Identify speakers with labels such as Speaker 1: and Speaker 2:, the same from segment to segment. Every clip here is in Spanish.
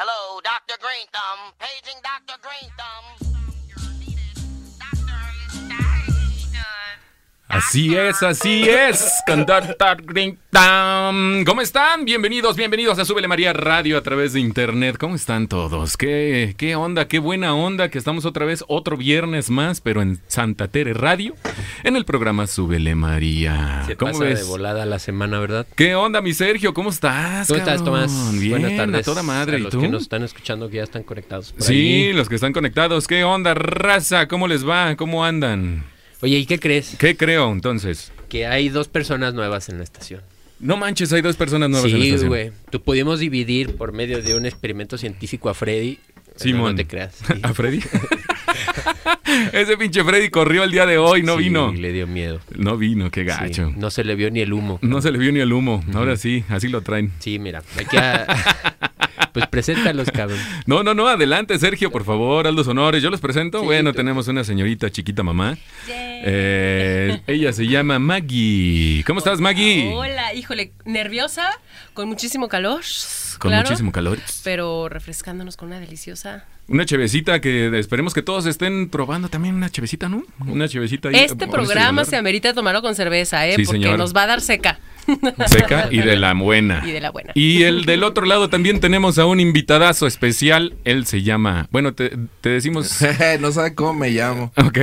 Speaker 1: Dr. Green Thumb. Paging Dr. Green Thumb.
Speaker 2: Así es, así es, con Dr. Green Thumb. ¿Cómo están? Bienvenidos, bienvenidos a Súbele María Radio a través de internet. ¿Cómo están todos? ¿Qué, qué onda, qué buena onda que estamos otra vez, otro viernes más, pero en Santa Tere Radio, en el programa Súbele María.
Speaker 3: Se
Speaker 2: ¿Cómo
Speaker 3: pasa
Speaker 2: ves?
Speaker 3: de volada la semana, ¿verdad?
Speaker 2: ¿Qué onda, mi Sergio? ¿Cómo estás?
Speaker 3: ¿Cómo estás,
Speaker 2: cabrón?
Speaker 3: Tomás?
Speaker 2: Bien,
Speaker 3: Buenas tardes.
Speaker 2: a toda madre.
Speaker 3: A
Speaker 2: ¿Y
Speaker 3: los
Speaker 2: tú?
Speaker 3: que nos están escuchando que ya están conectados. por
Speaker 2: Sí,
Speaker 3: ahí.
Speaker 2: los que están conectados. ¿Qué onda, raza? ¿Cómo les va? ¿Cómo andan?
Speaker 3: Oye, ¿y qué crees?
Speaker 2: ¿Qué creo entonces?
Speaker 3: Que hay dos personas nuevas en la estación.
Speaker 2: No manches, hay dos personas nuevas en la
Speaker 3: sí,
Speaker 2: estación.
Speaker 3: güey. Tú pudimos dividir por medio de un experimento científico a Freddy. No,
Speaker 2: Simón.
Speaker 3: no te creas. sí.
Speaker 2: ¿A Freddy? Ese pinche Freddy corrió el día de hoy, no
Speaker 3: Sí,
Speaker 2: vino.
Speaker 3: le dio miedo.
Speaker 2: No vino, qué
Speaker 3: Sí,
Speaker 2: gacho.
Speaker 3: no se le vio ni el humo.
Speaker 2: No se le vio ni el humo. Ahora sí, así lo traen.
Speaker 3: Sí, mira. hay que a- pues preséntalos, cabrón.
Speaker 2: No, no, no, adelante, Sergio, por favor, haz los honores. Yo los presento.
Speaker 3: Sí,
Speaker 2: bueno,
Speaker 3: tú-
Speaker 2: tenemos una señorita chiquita mamá. Eh, ella se llama Maggie. ¿Cómo estás, Maggie?
Speaker 4: Hola, híjole, nerviosa, con muchísimo calor.
Speaker 2: Con
Speaker 4: claro,
Speaker 2: muchísimo calor.
Speaker 4: Pero refrescándonos con una deliciosa.
Speaker 2: Una chevecita que esperemos que todos estén probando también una chevecita, ¿no? Una chevecita. ahí,
Speaker 4: este
Speaker 2: eh,
Speaker 4: programa se
Speaker 2: celular.
Speaker 4: amerita tomarlo con cerveza, ¿eh?
Speaker 2: Sí,
Speaker 4: porque
Speaker 2: señora.
Speaker 4: nos va a dar seca.
Speaker 2: Seca y de la buena.
Speaker 4: Y de la buena.
Speaker 2: Y el del otro lado también tenemos a un invitadazo especial. Él se llama. Bueno, te, te decimos.
Speaker 5: no sabe cómo me llamo.
Speaker 2: Ok.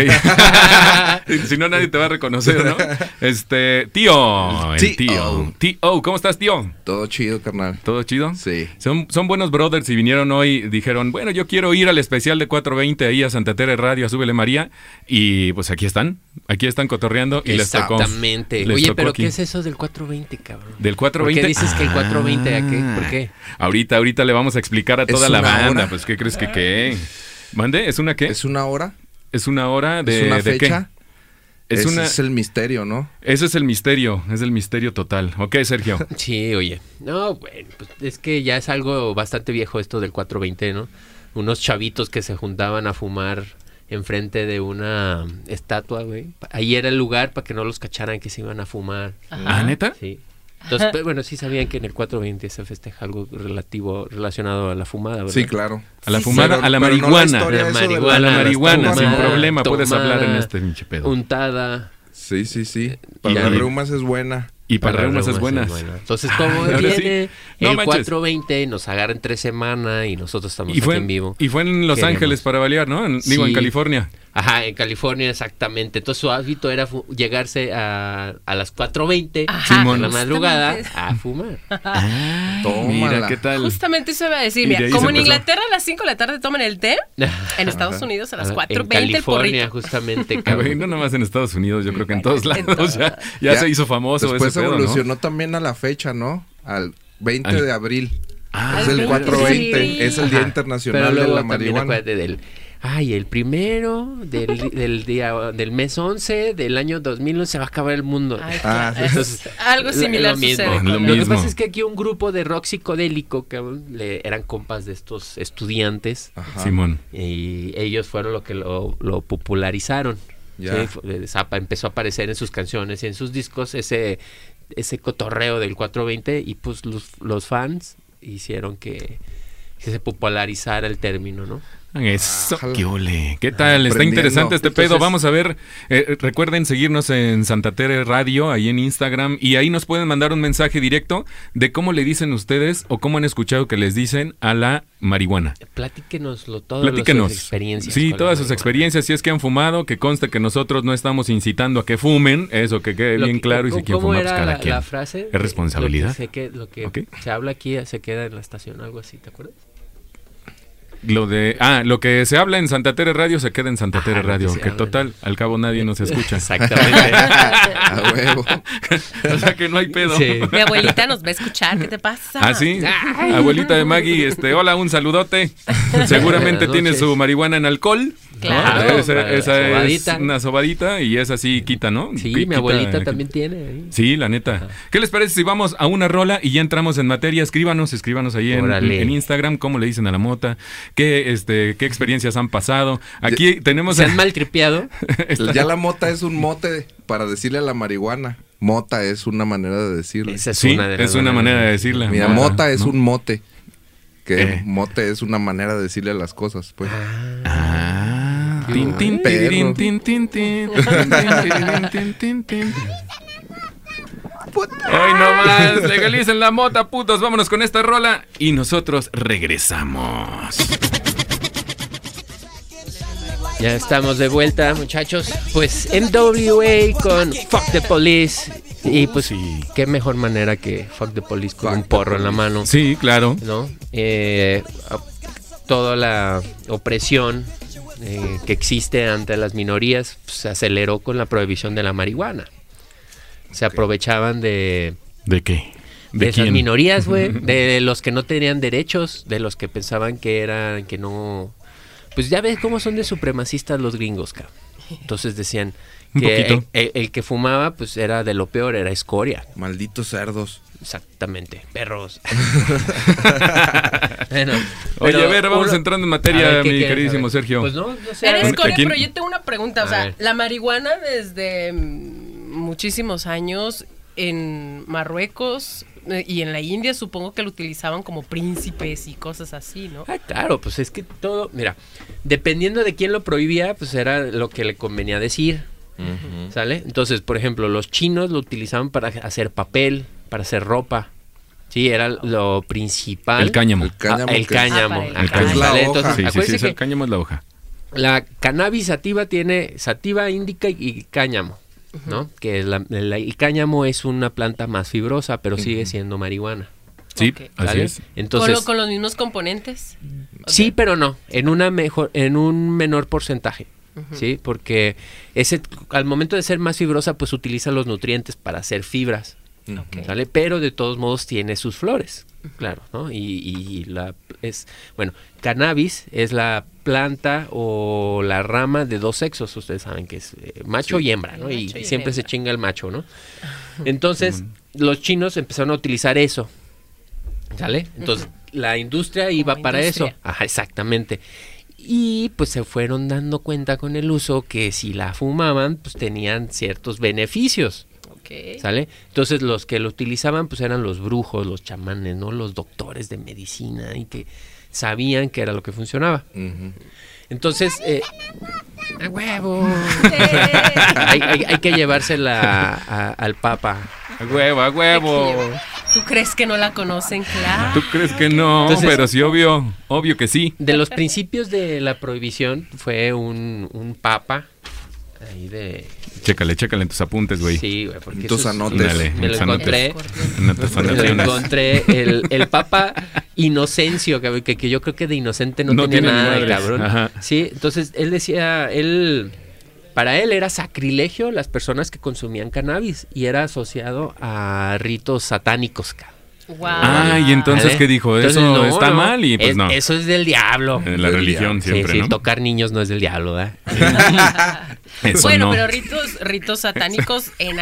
Speaker 2: si no, nadie te va a reconocer, ¿no? Este. Tío. El
Speaker 5: Tío.
Speaker 2: tío. Tío. ¿Cómo estás, tío?
Speaker 5: Todo chido, carnal.
Speaker 2: ¿Todo chido?
Speaker 5: Sí.
Speaker 2: Son, son buenos brothers y vinieron hoy. Dijeron, bueno, yo quiero ir al especial de 420 ahí a Santa Tere Radio, a Súbele María. Y pues aquí están. Aquí están cotorreando y les tocó.
Speaker 3: Exactamente.
Speaker 2: les
Speaker 3: Oye,
Speaker 2: tocó
Speaker 3: pero
Speaker 2: aquí.
Speaker 3: ¿qué es eso del 420, cabrón?
Speaker 2: Del 420.
Speaker 3: ¿Por qué dices que el 420? ¿A qué? ¿Por
Speaker 2: Ah.
Speaker 3: qué?
Speaker 2: Ahorita, ahorita le vamos a explicar a toda la
Speaker 5: una
Speaker 2: banda.
Speaker 5: hora.
Speaker 2: Pues, ¿qué crees que qué? ¿Mande? ¿Es una qué?
Speaker 5: ¿Es una hora?
Speaker 2: ¿Es una hora de,
Speaker 5: ¿Es una
Speaker 2: de
Speaker 5: fecha?
Speaker 2: qué? Es
Speaker 5: Ese
Speaker 2: una...
Speaker 5: es el misterio, ¿no?
Speaker 2: Ese es el misterio, es el misterio total. Ok, Sergio.
Speaker 3: Sí, oye. No, bueno, pues es que ya es algo bastante viejo esto del 420, ¿no? Unos chavitos que se juntaban a fumar enfrente de una estatua, güey. Ahí era el lugar para que no los cacharan que se iban a fumar.
Speaker 2: ¿Ah, neta?
Speaker 3: Sí. Entonces, pero bueno, sí sabían que en el 420 se festeja algo relativo relacionado a la fumada, ¿verdad?
Speaker 5: Sí, claro.
Speaker 2: A la
Speaker 5: Sí,
Speaker 2: fumada,
Speaker 5: pero-
Speaker 2: a la
Speaker 5: pero no la
Speaker 2: marihuana.
Speaker 5: historia
Speaker 3: La
Speaker 5: eso de
Speaker 3: marihuana,
Speaker 2: a la
Speaker 3: las
Speaker 2: marihuana, sin
Speaker 3: tomadas,
Speaker 2: problema, puedes
Speaker 3: tomada,
Speaker 2: hablar en este pinche pedo.
Speaker 3: Untada.
Speaker 5: Sí, sí, sí.
Speaker 2: Y
Speaker 5: Para
Speaker 2: a
Speaker 5: las
Speaker 2: mí-
Speaker 5: reumas es buena.
Speaker 2: y para reumas es buenas.
Speaker 3: Entonces, como
Speaker 2: Ahora sí.
Speaker 3: viene
Speaker 2: No
Speaker 3: el
Speaker 2: manches.
Speaker 3: 420, nos agarra entre semana y nosotros estamos
Speaker 2: Y fue,
Speaker 3: aquí en vivo.
Speaker 2: y fue en Los
Speaker 3: Queremos.
Speaker 2: Ángeles para balear, ¿no? En- Digo, en
Speaker 3: Sí.
Speaker 2: California.
Speaker 3: Ajá, en California, exactamente. Entonces su hábito era fu- llegarse a, a las 4.20
Speaker 4: Ajá,
Speaker 3: en la
Speaker 4: justamente.
Speaker 3: madrugada a fumar.
Speaker 5: Tómala.
Speaker 2: Mira, ¿qué tal?
Speaker 4: Justamente eso iba a decir.
Speaker 2: Y de
Speaker 4: Mira,
Speaker 2: ahí
Speaker 4: como
Speaker 2: se
Speaker 4: en
Speaker 2: empezó.
Speaker 4: Inglaterra a las 5 de la tarde toman el té, en Estados
Speaker 5: Ajá.
Speaker 4: Unidos a las
Speaker 3: En
Speaker 4: 4.20 el
Speaker 3: California,
Speaker 4: porrito.
Speaker 3: justamente,
Speaker 2: Ah, güey,
Speaker 3: cabrón.
Speaker 2: no nomás en Estados Unidos, yo creo que en todos lados ya, ya
Speaker 5: Ya.
Speaker 2: se hizo famoso
Speaker 5: Después
Speaker 2: ese pedo, ¿no?
Speaker 5: evolucionó también a la fecha, ¿no? Al 20
Speaker 2: Al-
Speaker 5: de abril.
Speaker 2: Ah,
Speaker 5: es
Speaker 4: al
Speaker 5: el 420.
Speaker 4: sí.
Speaker 5: Es el Día
Speaker 3: Ajá.
Speaker 5: Internacional
Speaker 3: Pero
Speaker 5: de
Speaker 3: luego
Speaker 5: la
Speaker 3: también
Speaker 5: Marihuana.
Speaker 3: acuérdate del... Ay, el primero del, del día del mes 11 del año 2011 se va a acabar el mundo.
Speaker 4: Ay,
Speaker 5: Ah,
Speaker 4: claro,
Speaker 3: entonces,
Speaker 4: es- algo
Speaker 3: Lo-
Speaker 4: similar
Speaker 3: lo mismo.
Speaker 4: sucede.
Speaker 2: Lo
Speaker 4: con
Speaker 3: Lo que
Speaker 2: mismo.
Speaker 3: pasa es que aquí un grupo de rock psicodélico que le- eran compas de estos estudiantes
Speaker 5: Ajá.
Speaker 2: Simón.
Speaker 3: y ellos fueron los que lo, lo popularizaron.
Speaker 5: Ya.
Speaker 3: Sí, fue- Zappa empezó a aparecer en sus canciones y en sus discos ese, ese cotorreo del 420 y pues los, los fans hicieron que, que se popularizara el término, ¿no?
Speaker 2: Ah, Eso,
Speaker 5: Ajá.
Speaker 2: qué ole. ¿Qué tal? Está
Speaker 5: Aprendiendo.
Speaker 2: interesante este pedo.
Speaker 3: Entonces-
Speaker 2: Vamos a ver. eh, recuerden seguirnos en Santa Tere Radio, ahí en Instagram. Y ahí nos pueden mandar un mensaje directo de cómo le dicen ustedes o cómo han escuchado que les dicen a la marihuana.
Speaker 3: Platíquenoslo todo.
Speaker 2: Platíquenos.
Speaker 3: Sus experiencias
Speaker 2: sí,
Speaker 3: con la
Speaker 2: todas sus
Speaker 3: marihuana.
Speaker 2: experiencias. Si es que han fumado, que conste que nosotros no estamos incitando a que fumen. Eso que quede
Speaker 3: Lo
Speaker 2: bien
Speaker 3: que-
Speaker 2: claro. Y si
Speaker 3: ¿cómo-
Speaker 2: quieren fumar,
Speaker 3: cómo
Speaker 2: pues
Speaker 3: era
Speaker 2: cada
Speaker 3: la,
Speaker 2: quien.
Speaker 3: la frase?
Speaker 2: Es responsabilidad.
Speaker 3: Lo que, se, que- lo que
Speaker 2: Ok.
Speaker 3: se habla aquí se queda en la estación, algo así, ¿te acuerdas?
Speaker 2: Lo de, ah, lo que se habla en Santa Tere Radio se queda en Santa
Speaker 3: Ajá,
Speaker 2: Tere
Speaker 3: lo que
Speaker 2: Radio,
Speaker 3: se
Speaker 2: que,
Speaker 3: habla.
Speaker 2: total, al cabo nadie nos escucha.
Speaker 3: Exactamente.
Speaker 5: A huevo.
Speaker 2: o sea que no hay pedo.
Speaker 3: Sí.
Speaker 4: Mi abuelita nos va a escuchar, ¿qué te pasa?
Speaker 2: ¿Ah, sí?
Speaker 3: Ay.
Speaker 2: Abuelita de Maggie, este, hola, un saludote. Seguramente
Speaker 3: Buenas
Speaker 2: tiene
Speaker 3: noches.
Speaker 2: su marihuana en alcohol. ¿no?
Speaker 4: Claro.
Speaker 2: Esa, esa
Speaker 3: Para la
Speaker 2: es
Speaker 3: sobadita.
Speaker 2: una sobadita y esa sí quita, ¿no? Qui-
Speaker 3: sí, mi
Speaker 2: quita-
Speaker 3: abuelita
Speaker 2: quita.
Speaker 3: también tiene. ahí.
Speaker 2: Sí, la neta. ¿Qué les parece si vamos a una rola y ya entramos en materia? Escríbanos, escríbanos ahí en,
Speaker 3: Órale.
Speaker 2: en Instagram cómo le dicen a la mota, qué, este, qué experiencias han pasado. Aquí tenemos...
Speaker 3: ¿Se han maltripeado?
Speaker 5: Ya la mota es un mote para decirle a la marihuana. Mota es una manera de decirle.
Speaker 3: Esa es
Speaker 2: Sí,
Speaker 3: una de las
Speaker 2: es una
Speaker 3: maneras.
Speaker 2: manera de decirla.
Speaker 5: Mira, mota es un mote. Que
Speaker 2: Eh.
Speaker 5: mote es una manera de decirle las cosas, pues.
Speaker 2: Ah, tin, tin,
Speaker 5: Perro.
Speaker 2: tin, tin, tin, tin, tin, tin, tin, tin, tin. Hoy no más, legalicen la mota, putos. Vámonos con esta rola y nosotros regresamos.
Speaker 3: Ya estamos de vuelta, muchachos. Pues MWA con Fuck the Police. Y pues, qué mejor manera que Fuck the Police con
Speaker 5: Fuck
Speaker 3: un
Speaker 5: the
Speaker 3: porro en la mano,
Speaker 2: Sí, claro.
Speaker 3: ¿no? Eh, a- toda la opresión eh, que existe ante las minorías pues, se aceleró con la prohibición de la marihuana. Se aprovechaban de,
Speaker 2: ¿De qué?
Speaker 3: de esas minorías, güey, de los que no tenían derechos, de los que pensaban que eran, que no... Pues ya ves cómo son de supremacistas los gringos, cabrón. Entonces decían
Speaker 2: Un
Speaker 3: que el,
Speaker 2: poquito.
Speaker 3: el- el que fumaba, pues era de lo peor, era escoria.
Speaker 5: Malditos cerdos.
Speaker 3: Exactamente, perros. Bueno,
Speaker 2: Oye,
Speaker 3: pero
Speaker 2: a ver, vamos
Speaker 3: uno-
Speaker 2: entrando en
Speaker 3: a
Speaker 2: materia,
Speaker 3: ver, ¿qué
Speaker 2: mi
Speaker 3: quieres?
Speaker 2: queridísimo
Speaker 3: A ver.
Speaker 2: Sergio.
Speaker 3: Pues no, no sé. a ver.
Speaker 4: Eres
Speaker 2: Bueno,
Speaker 4: corea,
Speaker 2: aquí-
Speaker 4: pero yo tengo una pregunta. O
Speaker 3: A
Speaker 4: sea,
Speaker 3: ver.
Speaker 4: la marihuana desde mm, muchísimos años en Marruecos eh, y en la India supongo que lo utilizaban como príncipes y cosas así, ¿no?
Speaker 3: Ah, claro, pues es que todo, mira, dependiendo de quién lo prohibía, pues era lo que le convenía decir. ¿Sale? Entonces, por ejemplo, los chinos lo utilizaban para hacer papel, para hacer ropa. Sí, era lo principal.
Speaker 2: El cáñamo.
Speaker 5: El cáñamo.
Speaker 3: Ah, el
Speaker 5: que-
Speaker 3: cáñamo.
Speaker 4: Ah, para el
Speaker 3: ajá,
Speaker 2: cáñamo.
Speaker 3: ¿sale?
Speaker 5: La hoja.
Speaker 3: Entonces,
Speaker 5: Sí,
Speaker 2: Sí, sí, sí,
Speaker 3: acuérdense
Speaker 2: es el
Speaker 3: que
Speaker 2: cáñamo es la hoja.
Speaker 3: la cannabis sativa tiene sativa, indica y- y cáñamo, ¿no? Que es la- la- el cáñamo es una planta más fibrosa, pero sigue siendo marihuana.
Speaker 2: Sí,
Speaker 4: Ok.
Speaker 2: así
Speaker 3: ¿sale?
Speaker 2: es.
Speaker 3: Entonces,
Speaker 4: con, lo- con los mismos componentes.
Speaker 3: Sí, pero no, en una mejor, en un menor porcentaje. Sí, porque ese al momento de ser más fibrosa, pues utiliza los nutrientes para hacer fibras,
Speaker 4: Ok.
Speaker 3: ¿sale? Pero de todos modos tiene sus flores, claro, ¿no? Y, y la es bueno, cannabis es la planta o la rama de dos sexos, ustedes saben que es eh, macho y hembra, ¿no? Y,
Speaker 4: Macho y
Speaker 3: siempre se
Speaker 4: hembra.
Speaker 3: chinga el macho, ¿no? Entonces, los chinos empezaron a utilizar eso. ¿Sale? Entonces, la industria iba para eso.
Speaker 4: industria.
Speaker 3: Ajá, exactamente. Y pues se fueron dando cuenta con el uso que si la fumaban, pues tenían ciertos beneficios.
Speaker 4: Ok.
Speaker 3: ¿Sale? Entonces los que lo utilizaban pues eran los brujos, los chamanes, ¿no? Los doctores de medicina y que sabían que era lo que funcionaba.
Speaker 5: Ujú.
Speaker 3: Entonces, eh, ¡a huevo!
Speaker 4: Eh,
Speaker 3: hay, hay- hay que llevársela a- al papa.
Speaker 2: A huevo, a huevo.
Speaker 4: ¿Tú crees que no la conocen? Claro.
Speaker 2: ¿Tú crees que no?
Speaker 3: Entonces-
Speaker 2: Pero sí, obvio. Obvio que sí.
Speaker 3: De los principios de la prohibición fue un, un papa ahí de...
Speaker 2: Chécale, chécale en tus apuntes, güey.
Speaker 3: Sí, güey, porque
Speaker 5: En tus
Speaker 3: eso es-
Speaker 5: anotes.
Speaker 2: Dale,
Speaker 3: me lo
Speaker 2: en tus
Speaker 3: encontré.
Speaker 2: No te
Speaker 3: Me
Speaker 2: son
Speaker 3: lo
Speaker 2: acciones.
Speaker 3: encontré el, el papa Inocencio, cabrón, que, que yo creo que de inocente no,
Speaker 2: No
Speaker 3: tenía
Speaker 2: tiene ni
Speaker 3: nada, de
Speaker 2: madres.
Speaker 3: cabrón.
Speaker 2: Ajá.
Speaker 3: Sí, entonces él decía, él, para él era sacrilegio las personas que consumían cannabis y era asociado a ritos satánicos, cabrón.
Speaker 4: Wow.
Speaker 2: Ah, y entonces,
Speaker 3: ¿Vale?
Speaker 2: ¿qué dijo?
Speaker 3: Entonces,
Speaker 2: Eso
Speaker 3: no,
Speaker 2: está
Speaker 3: no,
Speaker 2: mal y pues
Speaker 3: es-
Speaker 2: no.
Speaker 3: Eso es del diablo.
Speaker 2: Eh, la
Speaker 5: Del
Speaker 2: religión
Speaker 5: diablo.
Speaker 2: siempre,
Speaker 3: sí, sí,
Speaker 2: ¿no?
Speaker 3: tocar niños no es del diablo, ¿verdad?
Speaker 2: Eso
Speaker 4: bueno,
Speaker 2: no.
Speaker 4: pero ritos, ritos satánicos en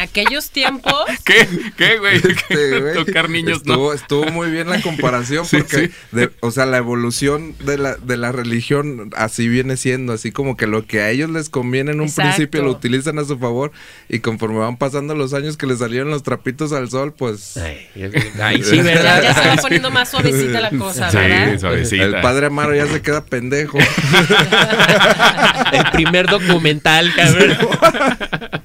Speaker 4: aquellos tiempos.
Speaker 2: ¿Qué? ¿Qué, güey?
Speaker 5: Este, güey,
Speaker 2: tocar niños
Speaker 5: estuvo, estuvo muy bien la comparación
Speaker 2: Sí,
Speaker 5: porque,
Speaker 2: sí.
Speaker 5: de- o sea, la evolución de la, de la religión así viene siendo, así como que lo que a ellos les conviene en un
Speaker 4: Exacto.
Speaker 5: principio lo utilizan a su favor y conforme van pasando los años que les salieron los trapitos al sol, pues
Speaker 3: Ay, ay, sí,
Speaker 4: Ya,
Speaker 3: ¿verdad?
Speaker 4: ya se va
Speaker 3: Ay,
Speaker 4: poniendo más suavecita la cosa,
Speaker 2: no. Sí,
Speaker 4: ¿verdad?
Speaker 2: suavecita.
Speaker 5: el padre Amaro ya se queda pendejo.
Speaker 3: El primer documental, cabrón.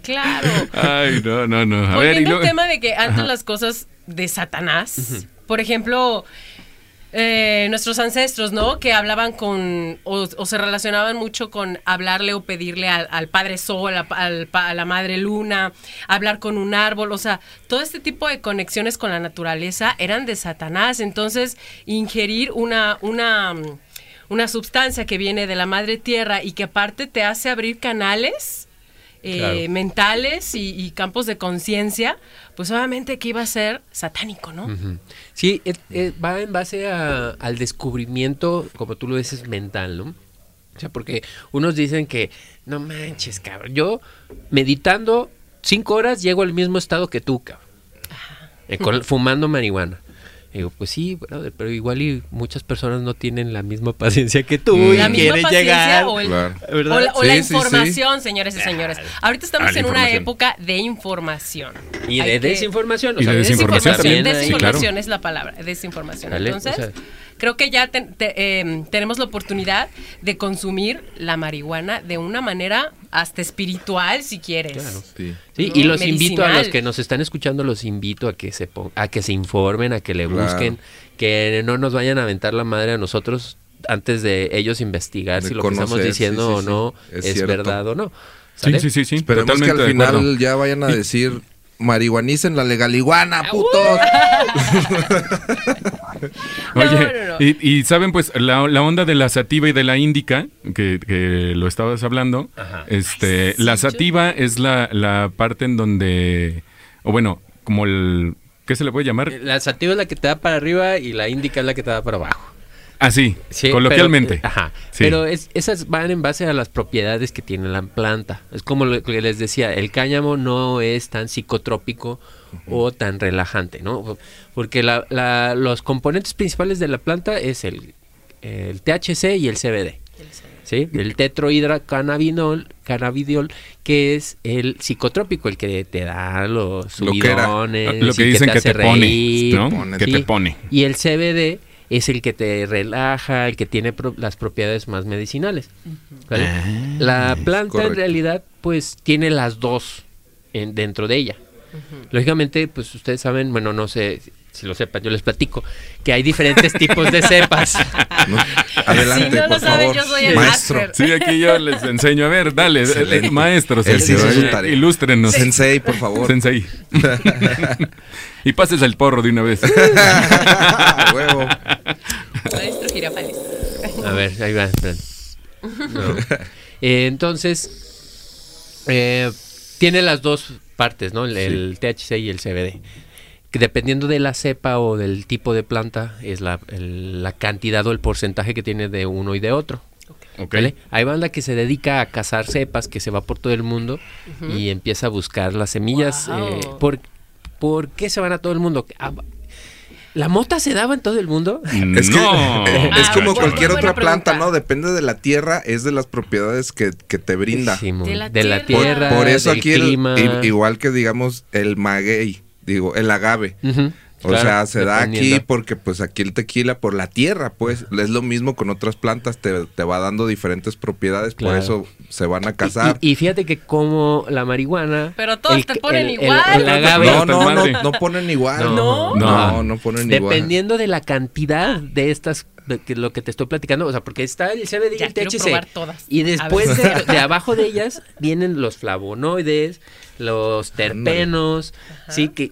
Speaker 4: Claro.
Speaker 2: Ay, no, no, no. A ver, y
Speaker 4: Volviendo
Speaker 2: luego...
Speaker 4: al tema de que antes las cosas de Satanás, por ejemplo, eh, nuestros ancestros, ¿no? Que hablaban con o, o se relacionaban mucho con hablarle o pedirle al, al Padre Sol, a, al pa- a la Madre Luna, hablar con un árbol, o sea, todo este tipo de conexiones con la naturaleza eran de Satanás. Entonces, ingerir una una mm, una sustancia que viene de la madre tierra y que aparte te hace abrir canales eh,
Speaker 3: Claro.
Speaker 4: mentales y, y campos de conciencia, pues obviamente que iba a ser satánico, ¿no?
Speaker 3: Sí, eh, eh, va en base a- al descubrimiento, como tú lo dices, mental, ¿no? O sea, porque unos dicen que, no manches, cabrón, yo meditando cinco horas llego al mismo estado que tú, cabrón, Eh, con- fumando marihuana. Y Digo, pues sí, brother, pero igual y muchas personas no tienen la misma paciencia que tú y
Speaker 4: La misma
Speaker 3: quieren
Speaker 4: paciencia
Speaker 3: llegar.
Speaker 4: o, el-
Speaker 5: Claro.
Speaker 3: ¿Verdad?
Speaker 4: o la, o
Speaker 5: Sí,
Speaker 4: la
Speaker 5: sí, sí.
Speaker 4: información, señores y señores.
Speaker 2: Ah,
Speaker 4: Ahorita estamos
Speaker 2: la
Speaker 4: en una
Speaker 2: información.
Speaker 4: época de información.
Speaker 3: Y
Speaker 4: Hay
Speaker 3: de
Speaker 4: que-
Speaker 3: desinformación.
Speaker 2: Y de
Speaker 3: también
Speaker 2: desinformación
Speaker 4: Desinformación,
Speaker 2: también,
Speaker 3: hay-
Speaker 2: sí, claro.
Speaker 4: desinformación es la palabra, desinformación.
Speaker 3: ¿Sale? O
Speaker 4: Entonces,
Speaker 3: sea,
Speaker 4: creo que ya ten- te- em, tenemos la oportunidad de consumir la marihuana de una manera hasta espiritual, si quieres.
Speaker 3: Claro.
Speaker 5: Sí.
Speaker 3: Sí,
Speaker 4: No,
Speaker 3: y los invito a los
Speaker 4: medicinal.
Speaker 3: que nos están escuchando, los invito a que se pon- a que se informen, a que le
Speaker 5: Claro.
Speaker 3: busquen, que no nos vayan a aventar la madre a nosotros antes de ellos investigar
Speaker 5: De
Speaker 3: si lo que
Speaker 5: conocer,
Speaker 3: estamos
Speaker 5: sí,
Speaker 3: diciendo
Speaker 5: sí,
Speaker 3: o
Speaker 5: sí.
Speaker 3: no
Speaker 5: Es
Speaker 3: es,
Speaker 5: cierto.
Speaker 3: verdad o no.
Speaker 2: Sí,
Speaker 3: ¿sale?
Speaker 2: sí, sí, sí.
Speaker 5: Esperemos
Speaker 2: totalmente
Speaker 5: que al
Speaker 2: de acuerdo.
Speaker 5: final ya vayan a decir marihuanicen la legaliguana, putos.
Speaker 4: No,
Speaker 2: Oye,
Speaker 4: no, no.
Speaker 2: Y, y saben, pues, la, la onda de la sativa y de la índica, que, que lo estabas hablando, este, la sativa es la, la parte en donde, o bueno, como el, ¿qué se le puede llamar?
Speaker 3: La sativa es la que te da para arriba y la índica es la que te da para abajo.
Speaker 2: Así,
Speaker 3: Sí,
Speaker 2: Ah, coloquialmente.
Speaker 3: pero- eh, ajá.
Speaker 2: Sí.
Speaker 3: Pero es- esas van en base a las propiedades que tiene la planta. Es como lo que les decía, el cáñamo no es tan psicotrópico o tan relajante, ¿no? Porque la- la- los componentes principales de la planta es el, el THC y el CBD. ¿Sí? El tetrohidrocannabinol, cannabidiol, que es el psicotrópico, el que te da los
Speaker 5: Lo que era.
Speaker 3: subidones,
Speaker 2: Lo que
Speaker 3: y
Speaker 2: dicen
Speaker 3: te
Speaker 2: que
Speaker 3: hace
Speaker 2: te pone,
Speaker 3: reír,
Speaker 2: ¿no?
Speaker 5: pone,
Speaker 2: que
Speaker 3: sí.
Speaker 2: te pone.
Speaker 3: Y el CBD es el que te relaja, el que tiene pro- las propiedades más medicinales. ¿vale?
Speaker 2: Ah,
Speaker 3: la planta
Speaker 5: correcto.
Speaker 3: en realidad pues tiene las dos en- dentro de ella. Lógicamente, pues ustedes saben, bueno, no sé si lo sepan, yo les platico, que hay diferentes tipos de cepas.
Speaker 5: No, Adelante,
Speaker 4: Si no lo
Speaker 5: por
Speaker 4: saben,
Speaker 5: favor.
Speaker 4: yo soy el
Speaker 5: Maestro.
Speaker 4: máster.
Speaker 2: Sí, aquí yo les enseño. A ver, dale,
Speaker 5: Excelente.
Speaker 2: eh, maestros,
Speaker 5: Él sí hizo su
Speaker 2: eh,
Speaker 5: tarea.
Speaker 2: ilústrenos.
Speaker 5: Sensei, por favor.
Speaker 2: Sensei. y pases el porro de una vez.
Speaker 5: Huevo.
Speaker 4: Maestro Girafales.
Speaker 3: A ver, ahí va. espérate. No. Eh, entonces, eh, tiene las dos partes, ¿no? El, el THC y el CBD. Que dependiendo de la cepa o del tipo de planta, es la, el- la cantidad o el porcentaje que tiene de uno y de otro.
Speaker 2: Ok.
Speaker 3: ¿vale? Hay banda que se dedica a cazar cepas, que se va por todo el mundo y empieza a buscar las semillas.
Speaker 4: Wow.
Speaker 3: eh, ¿por, por qué se van a todo el mundo? Ah, ¿La mota se daba en todo el mundo?
Speaker 5: Es que
Speaker 2: No.
Speaker 5: eh, es
Speaker 4: Ah,
Speaker 5: como
Speaker 4: bueno,
Speaker 5: cualquier
Speaker 4: buena
Speaker 5: otra planta,
Speaker 4: pregunta.
Speaker 5: ¿no? Depende de la tierra, es de las propiedades que, que te brinda.
Speaker 3: Sí, mon,
Speaker 4: De la
Speaker 3: de la
Speaker 5: Por,
Speaker 3: tierra,
Speaker 5: por eso
Speaker 3: del
Speaker 5: aquí, el-
Speaker 3: clima.
Speaker 5: i- igual que digamos el maguey, digo, el agave.
Speaker 3: Ujú,
Speaker 5: O
Speaker 3: claro,
Speaker 5: sea, se da aquí
Speaker 3: dependiendo.
Speaker 5: porque pues aquí el tequila por la tierra, pues es lo mismo con otras plantas, te, te va dando diferentes propiedades, por
Speaker 3: Claro.
Speaker 5: eso se van a
Speaker 3: Y-
Speaker 5: casar.
Speaker 3: Y, y fíjate que como la marihuana.
Speaker 4: Pero todos
Speaker 3: el-
Speaker 4: te
Speaker 3: el-
Speaker 4: ponen
Speaker 3: el-
Speaker 4: igual.
Speaker 3: el agave-
Speaker 5: no,
Speaker 2: hasta
Speaker 5: no, no,
Speaker 2: madre.
Speaker 5: no ponen igual.
Speaker 3: No.
Speaker 5: No, no, no ponen igual.
Speaker 3: Dependiendo de la cantidad de estas, de que lo que te estoy platicando, o sea, porque está el CBD y
Speaker 4: Ya
Speaker 3: el
Speaker 4: quiero
Speaker 3: THC.
Speaker 4: probar todas.
Speaker 3: Y
Speaker 4: A ver.
Speaker 3: después de, de abajo de ellas vienen los flavonoides, los terpenos, sí, que